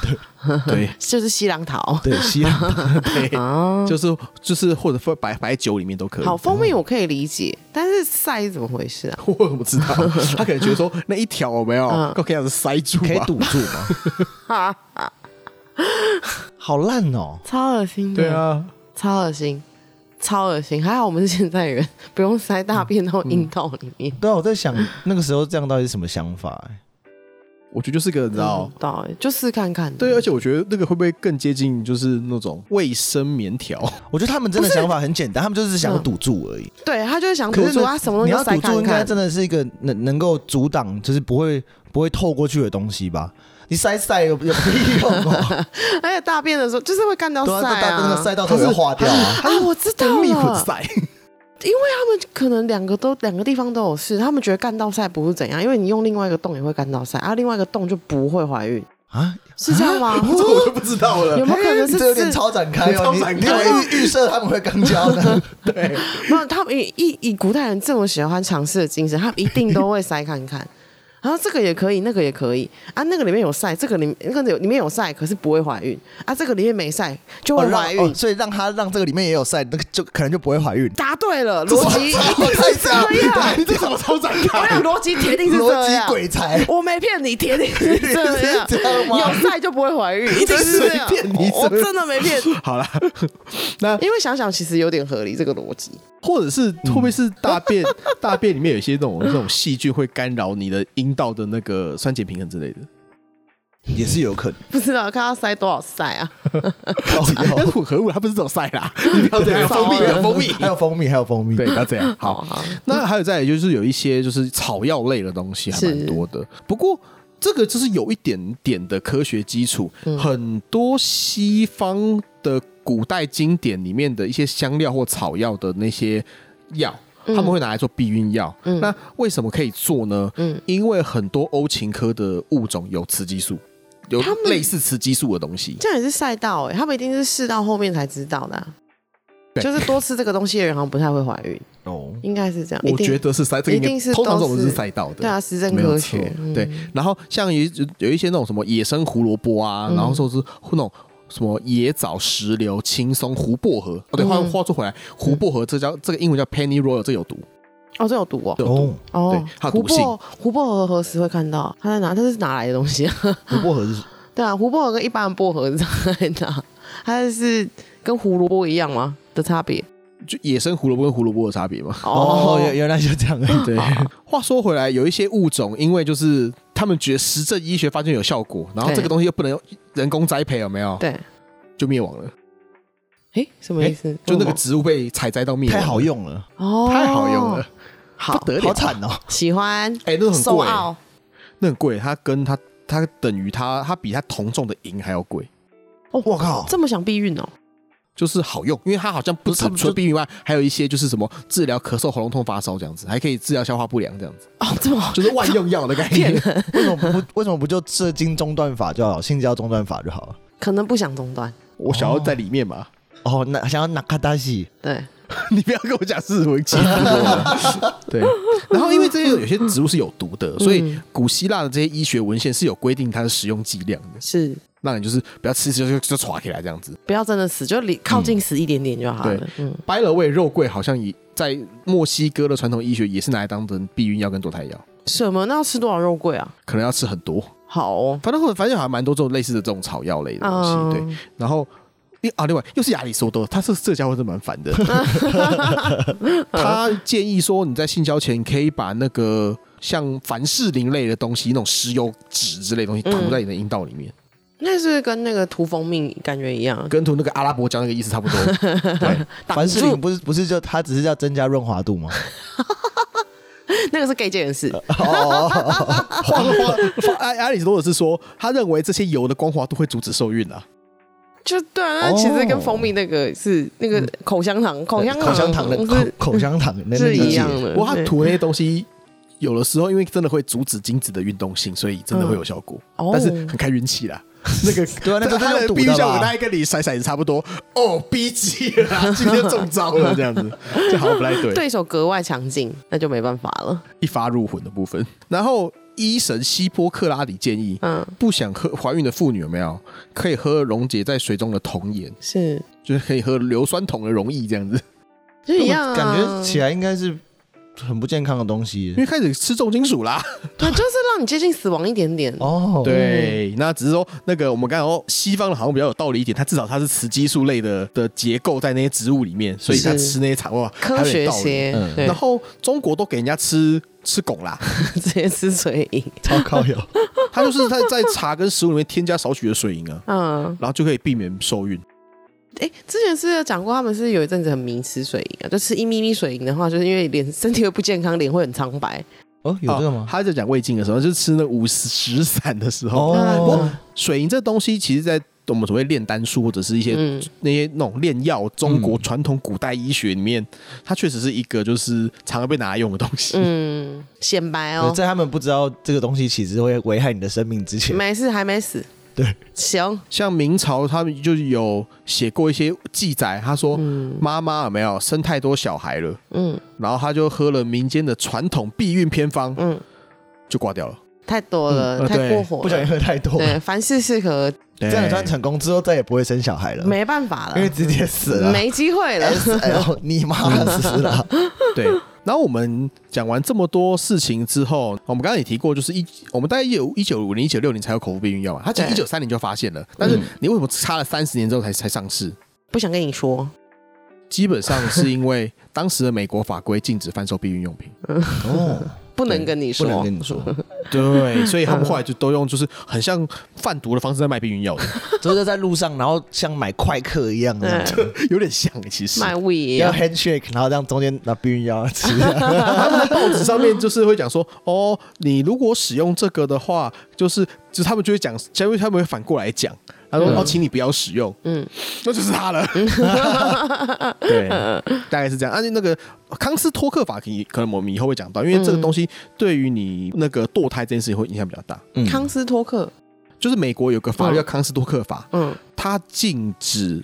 Speaker 2: 对
Speaker 3: 就是西兰桃
Speaker 1: 对，西洋
Speaker 2: 对，
Speaker 3: 啊。
Speaker 2: 就是就是或者放白白酒里面都可以。
Speaker 3: 好，蜂蜜我可以理解，但是晒是怎么回事啊？
Speaker 2: 我怎么 知道？他可能觉得说那一条有没有
Speaker 3: 嗯，
Speaker 2: 可以这样子塞住啊吧，
Speaker 1: 可以堵住吗？
Speaker 3: 哈哈，
Speaker 1: 好烂哦！
Speaker 3: 超恶心 的，
Speaker 2: 对，啊，
Speaker 3: 超恶心，超恶心。还好我们是现代人， 不用塞大便到阴道里面。
Speaker 1: 对啊，我在想那个时候这样到底是什么想法、哎
Speaker 2: 我觉得就是个你知道
Speaker 3: 不。知道哎、就试看看。
Speaker 2: 对，啊而且我觉得那个会不会更接近就是那种卫生棉条？
Speaker 1: 我觉得他们真的想法很简单，他们就是想要堵住而已。
Speaker 3: 对他就是想堵
Speaker 1: 呢
Speaker 3: 住啊，什么东
Speaker 1: 你
Speaker 3: 西
Speaker 1: 要
Speaker 3: 都塞
Speaker 1: 堵住，
Speaker 3: 看
Speaker 1: 应该
Speaker 3: 看。
Speaker 1: 真的是一个能能够阻挡，就是不会不会透过去的东西吧？你塞塞有有屁用哦？
Speaker 3: 而且大便的时候就是会干到
Speaker 1: 对
Speaker 3: 塞
Speaker 1: 啊，那大那个
Speaker 3: 啊。
Speaker 1: 塞到它会化掉啊！
Speaker 3: 啊，我知道
Speaker 2: 哎 蜂蜜混
Speaker 3: 了，
Speaker 2: 塞，
Speaker 3: 他们可能两个都两个地方都有事，他们觉得干到塞不是怎样，因为你用另外一个洞也会干到塞，啊，另外一个洞就不会怀孕，
Speaker 1: 啊，
Speaker 3: 是这样吗？
Speaker 2: 这我就不知道了
Speaker 3: 有。没有可能
Speaker 1: 你
Speaker 3: 是
Speaker 1: 这有点
Speaker 3: 是
Speaker 1: 超展开哦！
Speaker 2: 超
Speaker 1: 你
Speaker 2: 展开
Speaker 1: 你以为预预设他们会肛交呢？
Speaker 2: 对，
Speaker 3: 没有，他们以以以古代人这么喜欢尝试的精神，他们一定都会塞看看。然后这个也可以，那个也可以啊，那个里面有塞，这个里那个有里面有塞，可是不会怀孕啊，这个里面没塞就
Speaker 1: 哦
Speaker 3: 会
Speaker 1: 让
Speaker 3: 怀孕。
Speaker 1: 哦所以让他让这个里面也有塞，那个就可能就不会怀孕。
Speaker 3: 答对了，逻 辑一定
Speaker 1: 太
Speaker 3: 是这
Speaker 1: 傻
Speaker 3: 样。
Speaker 2: 你这怎么超展
Speaker 3: 我
Speaker 2: 开
Speaker 3: 想？啊逻辑铁定是
Speaker 1: 逻
Speaker 3: 这
Speaker 1: 辑
Speaker 3: 样，
Speaker 1: 鬼才，
Speaker 3: 我没骗你，铁定是这样。
Speaker 1: 是这样吗
Speaker 3: 有塞就不会 怀孕，一定是这样。
Speaker 2: 随便你
Speaker 3: 我
Speaker 2: 真的
Speaker 3: 真的没骗，
Speaker 2: 好啦，那
Speaker 3: 因为想想其实有点合理这个逻辑。
Speaker 2: 或者是
Speaker 3: 嗯
Speaker 2: 会不会是大便大便里面有一些那种那种细菌会干扰你的阴道的那个酸碱平衡之类的？
Speaker 1: 也是有 可能。
Speaker 3: 不知道看他塞多少塞啊？
Speaker 1: 哦
Speaker 2: 那是混合物，它不是这种塞啦，你不要这样，
Speaker 3: 哦糟
Speaker 2: 蜂
Speaker 3: 了
Speaker 2: 蜜有蜂蜜，
Speaker 1: 还有蜂蜜，还有哦蜂蜜。
Speaker 2: 对，不要这样。好，
Speaker 3: 哦好，
Speaker 2: 那还有再来就是有一些就是草药类的东西还蛮多的，不过这个
Speaker 3: 嗯
Speaker 2: 就是有一点点的科学基础，很多西方的古代经典里面的一些香料或草药的那些药，
Speaker 3: 嗯
Speaker 2: 他们会拿来做避孕药。那为什么可以做呢？
Speaker 3: 嗯
Speaker 2: 因为很多欧芹科的物种有雌激素，有
Speaker 3: 他们
Speaker 2: 类似雌激素的东西。
Speaker 3: 这样也是赛道哎、他们一定是试到后面才知道的啊、
Speaker 2: 对
Speaker 3: 就是多吃这个东西的人好像不太会怀孕，
Speaker 1: 哦，
Speaker 3: 应该是这样。
Speaker 2: 我觉
Speaker 3: 一定
Speaker 2: 得是赛，这个
Speaker 3: 一定是
Speaker 2: 通常这
Speaker 3: 都
Speaker 2: 种是
Speaker 3: 是
Speaker 2: 赛道的。
Speaker 3: 对啊，实证
Speaker 2: 没有
Speaker 3: 科
Speaker 2: 错
Speaker 3: 学，嗯，
Speaker 2: 对，然后像有一有一些那种什么野生胡萝卜啊，
Speaker 3: 嗯
Speaker 2: 然后说是那种什么野枣、石榴、青松、胡薄荷。哦，对，话
Speaker 3: 嗯
Speaker 2: 话说回来，胡薄荷这叫这个英文叫 Penny Royal，这有毒，
Speaker 3: 哦，这有毒哦。
Speaker 2: 这有毒。
Speaker 1: 哦，
Speaker 3: 哦
Speaker 2: 对，它有
Speaker 3: 胡
Speaker 2: 毒性
Speaker 3: 薄胡薄荷何时会看到？它在哪？它是哪来的东西啊？
Speaker 1: 胡薄荷是
Speaker 3: 对啊，胡薄荷跟一般的薄荷是差在哪？它是跟胡萝卜一样吗的差别？
Speaker 2: 就野生胡萝卜跟胡萝卜的差别 嘛。
Speaker 1: 哦，原原来就这样，
Speaker 2: 对，话说回来，有一些物种，因为就是他们觉得实证医学发现有效果，然后这个
Speaker 3: 对
Speaker 2: 东西又不能用人工栽培，有没有？
Speaker 3: 对，
Speaker 2: 就灭亡了，
Speaker 3: 诶，什么意思？
Speaker 2: 就那个
Speaker 3: 为什
Speaker 2: 植物被采摘到灭亡，
Speaker 1: 太好，用了，
Speaker 3: 么哦，
Speaker 2: 太好用了，，
Speaker 3: 好
Speaker 2: 得了
Speaker 1: 好惨哦，
Speaker 3: 喜欢，
Speaker 2: 哎，那很
Speaker 3: 收
Speaker 2: 贵欸。
Speaker 3: 澳
Speaker 2: 那很贵，它跟它它等于它它比它同种的银还要贵，
Speaker 1: 我靠，
Speaker 3: 这么想避孕哦？
Speaker 2: 就是好用，因为它好像不
Speaker 1: 不是
Speaker 2: 止
Speaker 1: 它不是
Speaker 2: 除了避孕外，还有一些就是什么治疗咳嗽、喉咙痛、发烧这样子，还可以治疗消化不良这样子，
Speaker 3: 哦，这么好，
Speaker 2: 就是万用药的概
Speaker 3: 骗
Speaker 2: 念。
Speaker 3: 人，
Speaker 1: 为什么不为什么不就射精中断法就好，性交中断法就好了？
Speaker 3: 可能不想中断。
Speaker 2: 我想要在里面嘛，
Speaker 1: 哦，那想要拿卡达西，
Speaker 3: 对，
Speaker 2: 你不要跟我讲是什么基础。对，然后因为这些有些植物是有毒的，所以古希腊的这些医学文献是有规定它的食用剂量的，
Speaker 3: 是
Speaker 2: 让你就是不要吃吃就就歘起来这样子。
Speaker 3: 不要真的死，就离靠近死一点点就好了
Speaker 2: 对。
Speaker 3: 嗯，
Speaker 2: By the way，肉桂好像也在墨西哥的传统医学也是拿来当成避孕药跟堕胎药。
Speaker 3: 什么？那要吃多少肉桂啊？
Speaker 2: 可能要吃很多，
Speaker 3: 好哦，
Speaker 2: 反正或者反正好像蛮多这种类似的这种草药类的东西，
Speaker 3: 嗯
Speaker 2: 对。然后另啊，另外又是亚里士多，他是这家伙是蛮烦的， 他建议说你在性交前可以把那个像凡士林类的东西，那种石油脂之类的东西涂在你的阴道里面，
Speaker 3: 那是跟那个涂蜂蜜感觉一样啊，
Speaker 2: 跟涂那个阿拉伯胶那个意思差不多。对，
Speaker 1: 凡
Speaker 3: 挡
Speaker 1: 士
Speaker 3: 住
Speaker 1: 林不是不是就它只是要增加润滑度吗？
Speaker 3: 那个是 gay 界人士，
Speaker 2: 话说话说阿亚里士多德是说，他认为这些油的光滑度会阻止受孕啊。
Speaker 3: 就对啊。那其实跟蜂蜜那个是那个口香糖，口香
Speaker 1: 哦口香糖的
Speaker 3: 是
Speaker 1: 口口香糖能
Speaker 3: 是
Speaker 1: 理
Speaker 3: 一
Speaker 1: 解
Speaker 3: 样的。
Speaker 2: 不过他
Speaker 3: 对
Speaker 2: 涂那些东西，有的时候因为真的会阻止精子的运动性，所以真的会有效果，
Speaker 3: 哦
Speaker 2: 但是很看运气啦。那个
Speaker 1: 对啊那个
Speaker 2: 他
Speaker 1: 真的
Speaker 2: 的
Speaker 1: 有
Speaker 2: 避
Speaker 1: 赌
Speaker 2: 孕
Speaker 1: 的
Speaker 2: 效果
Speaker 1: 吧
Speaker 2: 大概跟你甩骰子差不多。 哦，逼急了啦，今天中招了，这样子就好像不太对。
Speaker 3: 对手格外强劲，那就没办法了。
Speaker 2: 一发入魂的部分。然后医神希波克拉底建议，
Speaker 3: 嗯，
Speaker 2: 不想喝怀孕的妇女有没有可以喝溶解在水中的铜盐，
Speaker 3: 是，
Speaker 2: 就是可以喝硫酸铜的溶液这样子。
Speaker 3: 就一样啊。
Speaker 1: 感觉起来应该是很不健康的东西
Speaker 2: 因为开始吃重金属啦。
Speaker 3: 对，就是让你接近死亡一点点。
Speaker 1: 哦。，
Speaker 2: 对，那只是说那个我们刚才说西方的好像比较有道理一点，它至少它是雌激素类的的结构在那些植物里面，所以它
Speaker 3: 是
Speaker 2: 吃那些草哇，
Speaker 3: 科
Speaker 2: 还有点
Speaker 3: 学
Speaker 2: 道理。
Speaker 3: 些，
Speaker 1: 嗯
Speaker 3: 对
Speaker 2: 然，后中国都给人家吃吃汞 啦，
Speaker 3: 直接吃水银。
Speaker 1: 超靠油。
Speaker 2: 它就是在在茶跟食物里面添加少许的水银啊，
Speaker 3: 嗯，
Speaker 2: 然后就可以避免受孕。
Speaker 3: 哎，之前是有讲过，他们是有一阵子很迷吃水银啊，就吃一咪咪水银的话，就是因为脸身体会不健康，脸会很苍白。
Speaker 1: 哦，有这个
Speaker 2: 哦
Speaker 1: 吗？
Speaker 2: 他在讲胃镜的时候，就是吃那五十石散的时候，
Speaker 1: 哦，
Speaker 2: 水银这东西其实，在我们所谓炼丹术或者是一些
Speaker 3: 嗯，
Speaker 2: 那些那种炼药，中国
Speaker 1: 嗯
Speaker 2: 传统古代医学里面，它确实是一个就是常常被拿来用的东西。
Speaker 3: 嗯，显白
Speaker 1: 呃
Speaker 3: 哦，
Speaker 1: 在他们不知道这个东西其实会危害你的生命之前，
Speaker 3: 没事，还没死。
Speaker 1: 对，
Speaker 3: 行，
Speaker 2: 像明朝他们就是有写过一些记载，他说
Speaker 3: 嗯
Speaker 2: 妈妈有没有生太多小孩了，
Speaker 3: 嗯
Speaker 2: 然后他就喝了民间的传统避孕偏方，
Speaker 3: 嗯，
Speaker 2: 就挂掉了。
Speaker 3: 太多
Speaker 2: 嗯
Speaker 3: 了，
Speaker 2: 呃
Speaker 3: 太
Speaker 2: 对
Speaker 3: 过火了，
Speaker 1: 哦不小心喝太多，
Speaker 3: 对，凡事适可，
Speaker 2: 这
Speaker 1: 这样算成功之后再也不会生小孩了，
Speaker 3: 没办法了
Speaker 1: 因，为直接死了。
Speaker 3: 没机会了。
Speaker 1: 哎呦，你妈死了！
Speaker 2: 对。然后我们讲完这么多事情之后，我们刚刚也提过，就是一我们大概一九一九五零一九六零才有口服避孕药嘛，它其实一
Speaker 3: 对
Speaker 2: 九三零就发现了，
Speaker 1: 嗯
Speaker 2: 但是你为什么差了三十年之后才才上市？
Speaker 3: 不想跟你说，
Speaker 2: 基本上是因为当时的美国法规禁止贩售避孕用品，
Speaker 3: 嗯
Speaker 1: 哦，
Speaker 3: 不能跟你
Speaker 1: 不能
Speaker 3: 说，
Speaker 1: 跟你说，
Speaker 2: 对，所以他们后来就都用就是很像贩毒的方式在卖避孕药的，
Speaker 1: 就是在路上，然后像买快克一样，
Speaker 3: 对，
Speaker 2: 有点像其实。
Speaker 3: 卖啊胃
Speaker 1: 要 handshake，然后这样中间拿避孕药吃。
Speaker 2: 他们在报纸上面就是会讲说，哦，你如果使用这个的话，就是就是他们就会讲，因为他们会反过来讲，他说：“哦，请你不要使用。”嗯
Speaker 3: 嗯，
Speaker 2: 那就是他了。对， 大概是这样。而且那个康斯托克法可以，可能我们以后会讲到，因为这个东西对于你那个堕胎这件事情会影响比较大。
Speaker 1: 嗯
Speaker 3: 康斯托克，
Speaker 2: 就是美国有个法律叫
Speaker 3: 嗯
Speaker 2: 康斯托克法，
Speaker 3: 嗯，
Speaker 2: 它禁止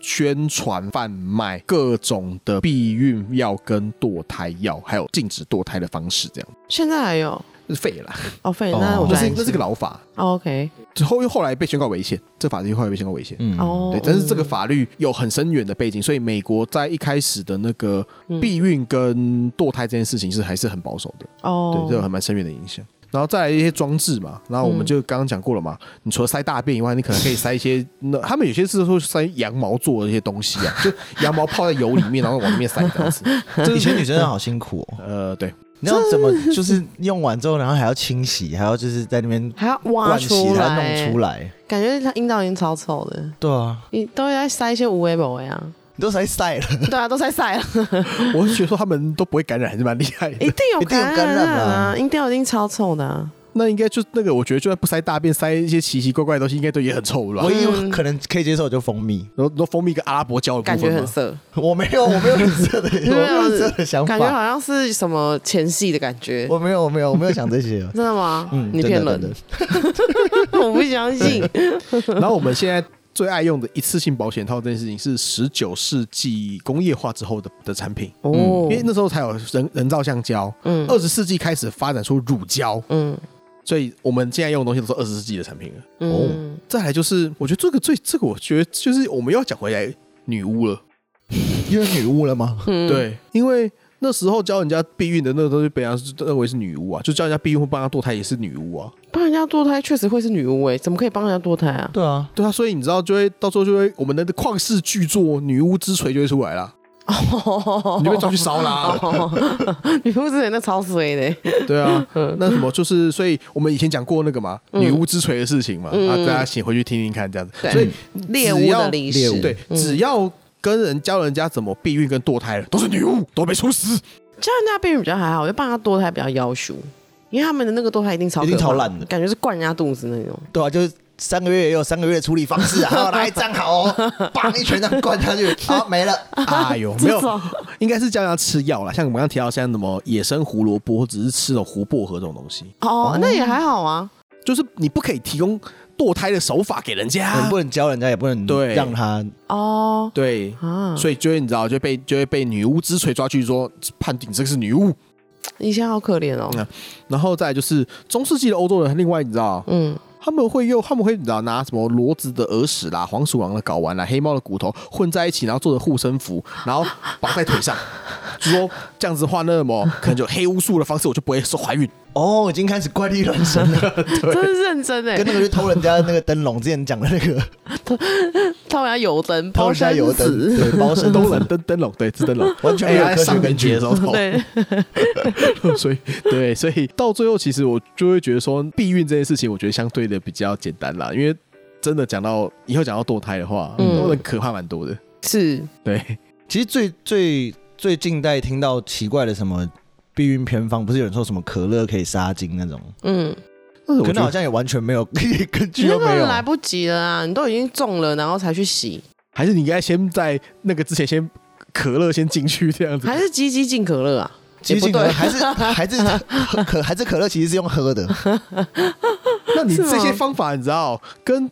Speaker 2: 宣传、贩卖各种的避孕药跟堕胎药，还有禁止堕胎的方式，这样
Speaker 3: 现在还有
Speaker 2: 就是废了啦。
Speaker 3: 哦，废
Speaker 1: 哦
Speaker 3: 了，那我
Speaker 2: 那
Speaker 3: 就是
Speaker 2: 那是个老法，
Speaker 3: 哦，OK，
Speaker 2: 之后又后来被宣告违宪，这法律后来被宣告违宪。
Speaker 1: 嗯
Speaker 3: 哦
Speaker 2: 对，但是这个法律有很深远的背景，所以美国在一开始的那个
Speaker 3: 嗯
Speaker 2: 避孕跟堕胎这件事情是还是很保守的，
Speaker 3: 哦
Speaker 2: 对，，这有很蛮深远的影响。然后再来一些装置嘛，然后我们
Speaker 3: 嗯
Speaker 2: 就刚刚讲过了嘛，你除了塞大便以外，你可能可以塞一些，那他们有些是说塞羊毛做的一些东西啊，就 羊毛泡在油里面，然后往里面塞这样子。
Speaker 1: 以前女生真的好辛苦哦，
Speaker 2: 呃，对，
Speaker 1: 你要怎么就是用完之后，然后还要清洗，还要就是在那边
Speaker 3: 还要挖
Speaker 1: 灌洗，
Speaker 3: 出
Speaker 1: 还要
Speaker 3: 来，
Speaker 1: 弄出来。
Speaker 3: 感觉他阴道已经超臭的，
Speaker 1: 对啊，
Speaker 3: 你都在塞一些无为不 为啊，
Speaker 1: 你都才晒了，
Speaker 3: 对啊，都 在塞了，
Speaker 2: 我是觉得说他们都不会感染，还是蛮厉害的。
Speaker 3: 一定有
Speaker 1: 一定有
Speaker 3: 感
Speaker 1: 感染
Speaker 3: 啊，
Speaker 1: 啊
Speaker 3: 阴道一定超臭的啊，
Speaker 2: 那应该就那个，我觉得就算不塞大便，塞一些奇奇怪怪的东西，应该都也很臭吧？
Speaker 1: 唯一可能可以接受就蜂蜜。
Speaker 2: 然后然后蜂蜜跟阿拉伯胶的
Speaker 3: 感
Speaker 2: 部分
Speaker 3: 觉
Speaker 2: 嘛
Speaker 3: 很色，
Speaker 1: 我没有，我没有这 的，我
Speaker 3: 有
Speaker 1: 没有这的想
Speaker 3: 感觉
Speaker 1: 法，
Speaker 3: 好像是什么前戏的感觉，
Speaker 1: 我没有，我没有，我没有想这 些。
Speaker 3: 真的吗？
Speaker 1: 嗯，
Speaker 3: 你
Speaker 1: 真的
Speaker 3: 骗
Speaker 1: 真
Speaker 3: 人
Speaker 1: 的，
Speaker 3: 我不相信。
Speaker 2: 然后我们现在最爱用的一次性保险套这件事情，是十九世纪工业化之后的的产品，
Speaker 3: 哦
Speaker 2: 因，为那时候才有人人造橡胶。
Speaker 3: 嗯
Speaker 2: 二十世纪开始发展出乳胶，
Speaker 3: 嗯
Speaker 2: 所以我们现在用的东西都是二十世纪的产品了。
Speaker 3: 嗯，
Speaker 2: 再来就是，我觉得这个最这个，我觉得就是我们又要讲回来女巫了。
Speaker 1: 因为女巫了吗？
Speaker 3: 嗯，
Speaker 2: 对，因为那时候教人家避孕的那个东西，被人家认为是女巫啊，就教人家避孕或帮她堕胎也是女巫啊。
Speaker 3: 帮人家堕胎确实会是女巫哎，怎么可以帮人家堕胎 啊？
Speaker 1: 对啊，
Speaker 2: 对啊，所以你知道，就会到时候就会我们的旷世巨作《女巫之锤》就会出来啦，
Speaker 3: 哦
Speaker 2: 你就被抓去烧啦。
Speaker 3: 女巫之前那超衰的，
Speaker 2: 对 啊，
Speaker 3: 嗯
Speaker 2: 那什么就是，所以我们以前讲过那个嘛，女巫之锤的事情嘛，啊，大家请回去听听看，这样子。
Speaker 3: 嗯对
Speaker 2: 所以
Speaker 3: 猎巫的历
Speaker 1: 猎
Speaker 3: 史嗯
Speaker 1: 巫，
Speaker 2: 对，只要跟人教人家怎么避孕跟堕胎的，都是女巫，都被处 死。
Speaker 3: 教人家避孕比较还好，就帮人家堕胎比较要求，因为他们的那个堕胎一定超
Speaker 1: 一定
Speaker 3: 可怕
Speaker 1: 超烂的
Speaker 3: 感觉是灌人家肚子那种。
Speaker 1: 对啊，就是三个月也有三个月的处理方式 啊，好来站好 哦，砰一拳这样灌下 去，好没了。
Speaker 2: 哎呦，没有
Speaker 3: 这种，
Speaker 2: 应该是教人家吃药啦，像我们刚刚提到像什么野生胡萝卜，或者是吃那种胡薄荷这种东西，
Speaker 3: 哦，那也还好啊。
Speaker 2: 就是你不可以提供堕胎的手法给人
Speaker 1: 你
Speaker 2: 家。
Speaker 1: 啊不能教人家，也不能
Speaker 2: 对
Speaker 1: 让他
Speaker 3: 哦
Speaker 2: 对，
Speaker 1: 嗯
Speaker 3: 啊，
Speaker 2: 所以就会你知道就被就会被女巫之锤抓去说判定这个是女巫，
Speaker 3: 以前好可怜哦。
Speaker 2: 然后再来就是中世纪的欧洲人，另外你知道
Speaker 3: 嗯，
Speaker 2: 他们会用他们会你知道拿什么骡子的耳屎啦、黄鼠狼的睾丸啦、黑猫的骨头混在一起，然后做成护身 符，然后绑在腿上，就说这样子的话，那么可能就黑巫术的方式，我就不会说怀孕。
Speaker 1: 哦，已经开始怪力乱神了，
Speaker 3: 真是认真哎
Speaker 1: 跟，那个去偷人家那个灯笼之前讲的那 个
Speaker 3: 他们家油灯
Speaker 1: 偷
Speaker 3: 包
Speaker 1: 人家
Speaker 3: 山
Speaker 1: 油灯，
Speaker 3: 子，
Speaker 1: 对，包身
Speaker 2: 灯
Speaker 1: 都
Speaker 2: 笼灯灯笼，对，是 灯笼。
Speaker 1: 完嗯全没有
Speaker 2: 哎
Speaker 1: 科学
Speaker 2: 上
Speaker 1: 根
Speaker 2: 人节
Speaker 1: 据
Speaker 2: 的时。候，
Speaker 3: 对，
Speaker 2: 所 以对，所以到最后，其实我就会觉得说，避孕这件事情，我觉得相对的比较简单啦，因为真的讲到以后讲到堕胎的话，
Speaker 3: 嗯
Speaker 2: 嗯，可怕蛮多的。
Speaker 3: 是
Speaker 2: 对，
Speaker 1: 其实最最最近代听到奇怪的什么避孕偏方，不是有人说什么可乐可以杀精那种，
Speaker 3: 嗯，
Speaker 2: 但是我
Speaker 1: 可
Speaker 2: 觉
Speaker 1: 那好
Speaker 2: 得
Speaker 1: 像也完全没有 根据，
Speaker 3: 你那
Speaker 1: 都没
Speaker 3: 个
Speaker 1: 有。啊
Speaker 3: 来不及了啊！你都已经中了，然后才去洗，
Speaker 2: 还是你应该先在那个之前先可乐先进去这样子，
Speaker 3: 还是鸡鸡进可乐啊？
Speaker 1: 其实
Speaker 3: 也不
Speaker 1: 可
Speaker 3: 对
Speaker 1: 能还是 还是可还是可乐其实是用喝的，
Speaker 2: 那你
Speaker 3: 是吗
Speaker 2: 这些方法，你知道跟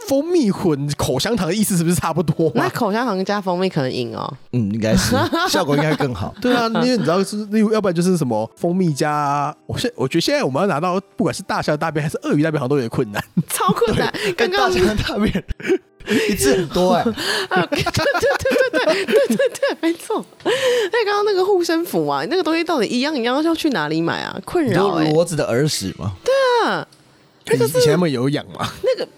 Speaker 2: 蜂蜜混口香糖的意思是不是差不多
Speaker 3: 那
Speaker 2: 啊？
Speaker 3: 口香糖加蜂蜜可能赢哦。
Speaker 1: 嗯，应该是效果应该会更 好。
Speaker 2: 对啊，因为你知道是，例如要不然就是什么蜂蜜加，我现我觉得现在我们要拿到不管是大象大便还是鳄鱼大便，好像都有点困难。
Speaker 3: 超困难！刚
Speaker 1: 跟大
Speaker 3: 刚对
Speaker 1: 肠大便一次很多 哎、
Speaker 3: 对对 对对对对对，没错。那刚刚那个护身符啊，那个东西到底一样一样要去哪里买啊？困
Speaker 1: 你
Speaker 3: 扰
Speaker 1: 说
Speaker 3: 哎、
Speaker 1: 骡子的耳屎嘛，
Speaker 3: 啊，
Speaker 2: 以以前他们有养 嘛？
Speaker 3: 那个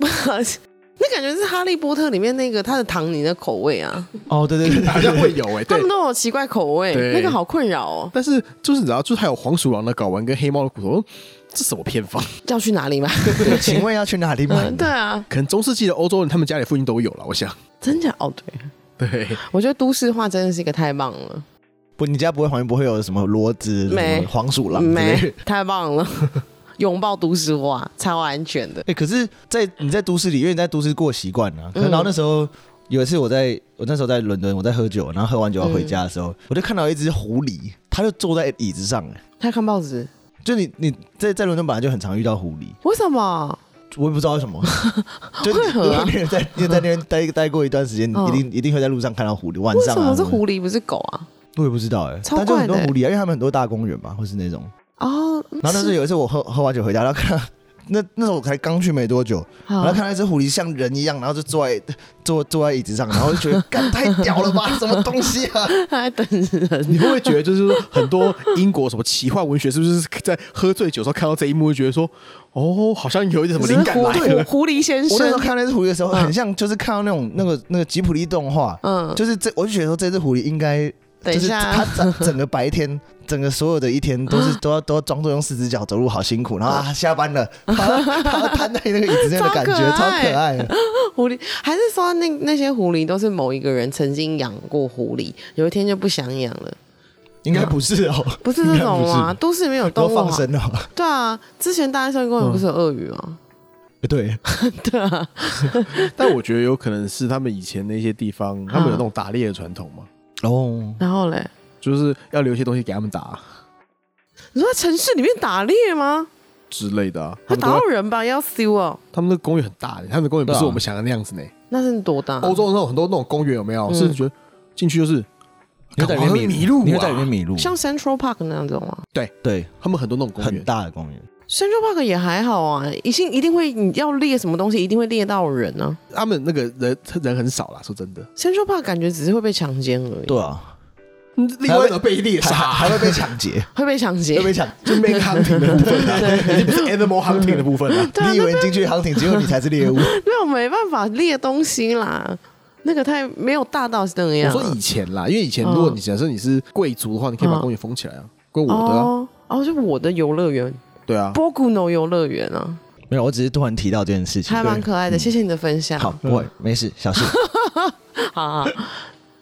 Speaker 3: 那感觉是《哈利波特》里面那个它的糖泥的口味啊，
Speaker 1: 哦，对对 对
Speaker 2: 好像会有哎、
Speaker 3: 他
Speaker 2: 对
Speaker 3: 们。都有奇怪口味
Speaker 2: 对，
Speaker 3: 那个好困扰哦。
Speaker 2: 但是就是你知道，就是还有黄鼠狼的睾丸跟黑猫的骨头，这什么偏方？
Speaker 3: 要去哪里买？
Speaker 1: 对，请问要去哪里买
Speaker 3: 嗯，？ 对啊，
Speaker 2: 可能中世纪的欧洲人他们家里附近都有了，我想。
Speaker 3: 真假哦，对，
Speaker 2: 对，
Speaker 3: 我觉得都市化真的是一个太棒了，
Speaker 1: 不，你家不会旁边不会有什么骡子、什
Speaker 3: 没
Speaker 1: 么黄鼠狼之类
Speaker 3: 没
Speaker 1: 的？
Speaker 3: 太棒了。拥抱都市化，超安全的。
Speaker 1: 哎、可是在，
Speaker 3: 嗯
Speaker 1: 你在都市里，因为你在都市过习惯啊了，可能然后那时候。有一次我在我那时候在伦敦，我在喝酒，然后喝完酒要
Speaker 3: 嗯
Speaker 1: 回家的时候，我就看到一只狐狸，它就坐在椅子上。哎
Speaker 3: 他看报纸，
Speaker 1: 就你你在在伦敦本来就很常遇到狐狸，
Speaker 3: 为什么？
Speaker 1: 我也不知道为什 么，就
Speaker 3: 会
Speaker 1: 是
Speaker 3: 合啊
Speaker 1: 你有在你有在那 边待待过一段时间，
Speaker 3: 嗯
Speaker 1: 一定一定会在路上看到狐狸。晚
Speaker 3: 为
Speaker 1: 上
Speaker 3: 什
Speaker 1: 啊
Speaker 3: 么是
Speaker 1: 什么的
Speaker 3: 狐狸不是狗啊？
Speaker 1: 我也不知道哎、
Speaker 3: 超
Speaker 1: 但就很多
Speaker 3: 怪的欸
Speaker 1: 狐狸啊，因为他们很多大公园嘛，或是那种。
Speaker 3: 哦，
Speaker 1: 然后但是有一次我喝喝完酒回家，然后看到 那那时候我才刚去没多久，然后
Speaker 3: 好
Speaker 1: 看到一只狐狸像人一样，然后就坐在坐坐在椅子上，然后就觉得干太屌了吧，什么东西 啊？
Speaker 3: 他在等 人，
Speaker 2: 你会不会觉得就是说很多英国什么奇幻文学，是不是在喝醉酒的时候看到这一幕，会觉得说哦，好像有一点什么灵感
Speaker 3: 狐
Speaker 2: 来
Speaker 3: 狐
Speaker 2: 了？
Speaker 3: 狐狸先
Speaker 1: 我那时候
Speaker 3: 生，
Speaker 1: 看那只狐狸的时候，很像就是看到那种那个那个吉普力动画，
Speaker 3: 嗯，
Speaker 1: 就是这我就觉得说这只狐狸应该
Speaker 3: 等一
Speaker 1: 就是它
Speaker 3: 下，啊
Speaker 1: 整整个白天，整个所有的一天都是都要都要装作用四只脚走路，好辛苦。然后啊，下 班了，它它瘫在那个椅子上的感觉超
Speaker 3: 超
Speaker 1: 可
Speaker 3: 可
Speaker 1: 爱的。
Speaker 3: 狐狸还是说那那些狐狸都是某一个人曾经养过狐狸，有一天就不想养了，
Speaker 1: 应该不是哦，
Speaker 3: 不是这种啊？都市里面有
Speaker 1: 都
Speaker 3: 动物
Speaker 1: 放
Speaker 3: 啊，
Speaker 1: 生 哦。
Speaker 3: 对啊，之前大安森林公园不是有鳄鱼吗？
Speaker 1: 对，
Speaker 3: 对啊，
Speaker 2: 但我觉得有可能是他们以前那些地方，他们有那种打猎的传统嘛，
Speaker 1: 哦，
Speaker 3: 然后嘞，
Speaker 2: 就是要留一些东西给他们打
Speaker 3: 你说在城市里面打猎吗？
Speaker 2: 之类的、啊。他
Speaker 3: 他
Speaker 2: 们
Speaker 3: 打到
Speaker 2: 都
Speaker 3: 人吧？要修哦，
Speaker 2: 他们的公园很大欸的，他们的公园不是
Speaker 1: 对啊
Speaker 2: 我们想的那样子呢。
Speaker 3: 那是多大？
Speaker 2: 欧洲那种很多那种公园有没有？是觉得进去就是
Speaker 1: 你会在里
Speaker 2: 搞不好
Speaker 1: 面
Speaker 2: 会迷路啊
Speaker 1: 你会在里面迷路。
Speaker 3: 像 Central Park 那样子吗
Speaker 1: 对，
Speaker 2: 他们很多那种公
Speaker 1: 很
Speaker 2: 园，
Speaker 1: 大的公园，
Speaker 3: ？Central Park 也还好啊，一定一定会你要猎什么东西，一定会猎到人啊。
Speaker 2: 他们那个人人很少啦，说真的。
Speaker 3: Central Park 感觉只是会被强奸而已，
Speaker 1: 对啊，
Speaker 2: 另外一种被猎
Speaker 1: 还
Speaker 2: 杀，
Speaker 1: 还会被抢 劫，
Speaker 3: 会被强
Speaker 1: 会
Speaker 3: 奸。
Speaker 1: 被抢。
Speaker 2: 就 man hunting 的部分啊，已经不是 animal hunting 的部分了。
Speaker 3: 对啊
Speaker 1: 你以为你进去 hunting，结果你才是猎物。
Speaker 3: 没有没办法猎东西啦，那个太没有大到那
Speaker 2: 我
Speaker 3: 样。
Speaker 2: 说以前啦，因为以前如果你假设你是贵族的话，你可以把
Speaker 3: 嗯
Speaker 2: 公园封起来啊，归我的啊，
Speaker 3: 哦哦，就我的游乐园
Speaker 2: 对啊。
Speaker 3: ，Boguno 游乐园啊，
Speaker 1: 没有，我只是突然提到这件事情。
Speaker 3: 还蛮可爱的。谢谢你的分享。
Speaker 1: 嗯好，不会，没事，小 事。
Speaker 3: 好，好，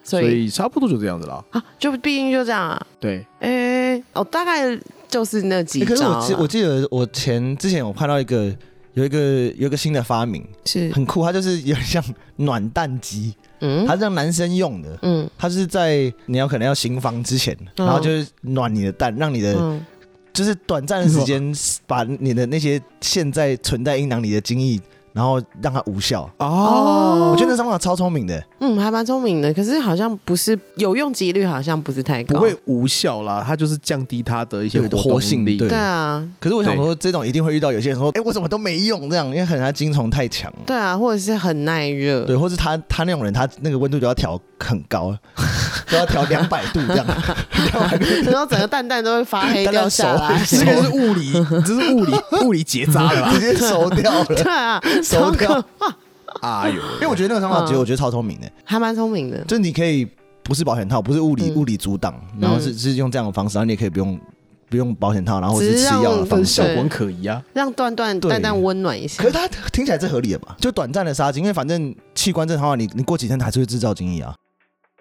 Speaker 3: 所
Speaker 2: 所
Speaker 3: 以
Speaker 2: 以差不多就这样子啦。
Speaker 3: 啊，就毕竟就这样啊。
Speaker 2: 对，
Speaker 3: 哎、哦，大概就是那几
Speaker 1: 欸可是
Speaker 3: 招
Speaker 1: 我
Speaker 3: 啦、
Speaker 1: 记我记得我前之前有看到一个有一个有一个新的发明，
Speaker 3: 是
Speaker 1: 很酷，它就是有点像暖蛋机，
Speaker 3: 嗯
Speaker 1: 它是让男生用的。
Speaker 3: 嗯
Speaker 1: 它是在你要可能要行房之前，
Speaker 3: 嗯
Speaker 1: 然后就是暖你的蛋，让你的、
Speaker 3: 嗯，
Speaker 1: 就是短暂的时间把你的那些现在存在阴囊里的精液，然后让它无效。
Speaker 3: 哦
Speaker 1: 我觉得那方法超聪明的，
Speaker 3: 嗯还蛮聪明的，可是好像不是有用几率，好像不是太高。
Speaker 2: 不会无效啦，它就是降低它的一些
Speaker 1: 对
Speaker 2: 活
Speaker 1: 活
Speaker 2: 动
Speaker 1: 性
Speaker 2: 力。
Speaker 1: 对
Speaker 3: 对啊，
Speaker 1: 可是我想说，这种一定会遇到有些人说，哎、我怎么都没用这样，因为可能他精虫太强。
Speaker 3: 对啊，或者是很耐热。
Speaker 1: 对，或是他他那种人，他那个温度就要调很高， 就要调两百度这 样。
Speaker 3: 然后整个蛋蛋都会发黑
Speaker 1: 蛋蛋
Speaker 3: 掉下来，
Speaker 1: 熟
Speaker 2: 这个是物理，这是物理物理结扎了吧
Speaker 1: 直？接熟掉 了。
Speaker 3: 对啊，
Speaker 1: 熟
Speaker 3: 超
Speaker 1: 掉
Speaker 3: 可怕，
Speaker 2: 哎呦，
Speaker 1: 因为我觉得那个想法，
Speaker 3: 嗯
Speaker 1: 其实我觉得超聪明的，
Speaker 3: 还蛮聪明的。
Speaker 1: 就是你可以不是保险套，不是物理物理阻挡，然后是是用这样的方式，然后你也可以不用不用保险套，然后或是吃
Speaker 3: 只是让
Speaker 1: 药的方
Speaker 2: 跟
Speaker 1: 式。
Speaker 2: 小文可疑啊，
Speaker 3: 让段段
Speaker 1: 对
Speaker 3: 蛋蛋温暖一下
Speaker 1: 可是。它听起来是合理的吧？就短暂的杀精，因为反正器官正常化，你你过几天还是会制造精液啊。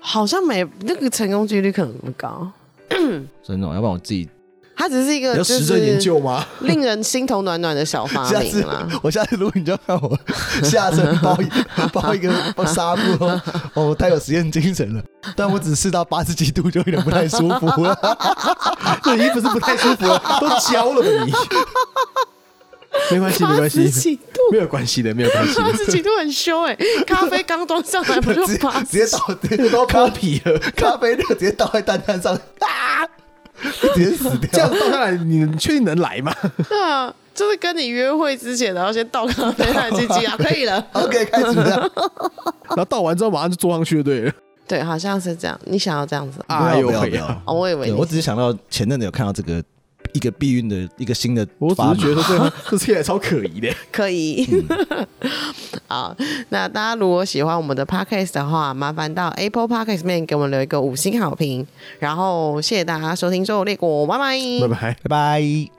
Speaker 3: 好像没那个成功几率可能不高，
Speaker 1: 真的哦，要不然我自己
Speaker 3: 它只是一个
Speaker 2: 你要
Speaker 3: 就
Speaker 2: 实证研
Speaker 3: 是
Speaker 2: 究吗？
Speaker 3: 令人心头暖暖的小发
Speaker 1: 下次
Speaker 3: 明啦。
Speaker 1: 我下次录你就看 我下身包一包一个纱布哦，哦，我太有实验精神了。但我只试到八十几度就有点不太舒服了。
Speaker 2: 这衣服是 不太舒服了，都焦了吧你？没 关系，没
Speaker 3: 八
Speaker 2: 关
Speaker 3: 十
Speaker 2: 系，
Speaker 3: 几度，
Speaker 2: 没有关系的，没有关系
Speaker 3: 八
Speaker 2: 的。
Speaker 3: 十几度很凶哎、咖啡刚端上来 不就
Speaker 1: 直接
Speaker 3: 八
Speaker 1: 直接
Speaker 3: 十？
Speaker 1: 倒，直接倒
Speaker 2: 脱
Speaker 1: 咖
Speaker 2: 皮了，
Speaker 1: 咖啡热，直接倒在蛋蛋上，啊，直接死
Speaker 2: 这样
Speaker 1: 掉。
Speaker 2: 倒下来，你确定能来 吗？
Speaker 3: 对啊，就是跟你约会之前，然后先倒咖啡来鸡鸡啊，可以了。
Speaker 1: OK，开始了。
Speaker 2: 然后倒完之后马上就坐上去就对了。
Speaker 3: 对，好像是这样。你想要这样子啊？
Speaker 2: 哎呦
Speaker 1: 不要
Speaker 2: 喂
Speaker 1: 不！要！
Speaker 3: 哦，我以为
Speaker 1: 对
Speaker 3: 你
Speaker 1: 我只是想到前阵子有看到这个一个避孕的一个新的
Speaker 2: 我只
Speaker 1: 发
Speaker 2: 是
Speaker 1: 明
Speaker 2: 觉得 说这这听起来超可疑的。
Speaker 3: 可以。嗯 好，那大家如果喜欢我们的 podcast 的话，麻烦到 Apple Podcast 面给我们留一个五星好评。然后谢谢大家收听《周游列国》，拜
Speaker 2: 拜
Speaker 3: 拜
Speaker 2: 拜。
Speaker 1: 拜拜。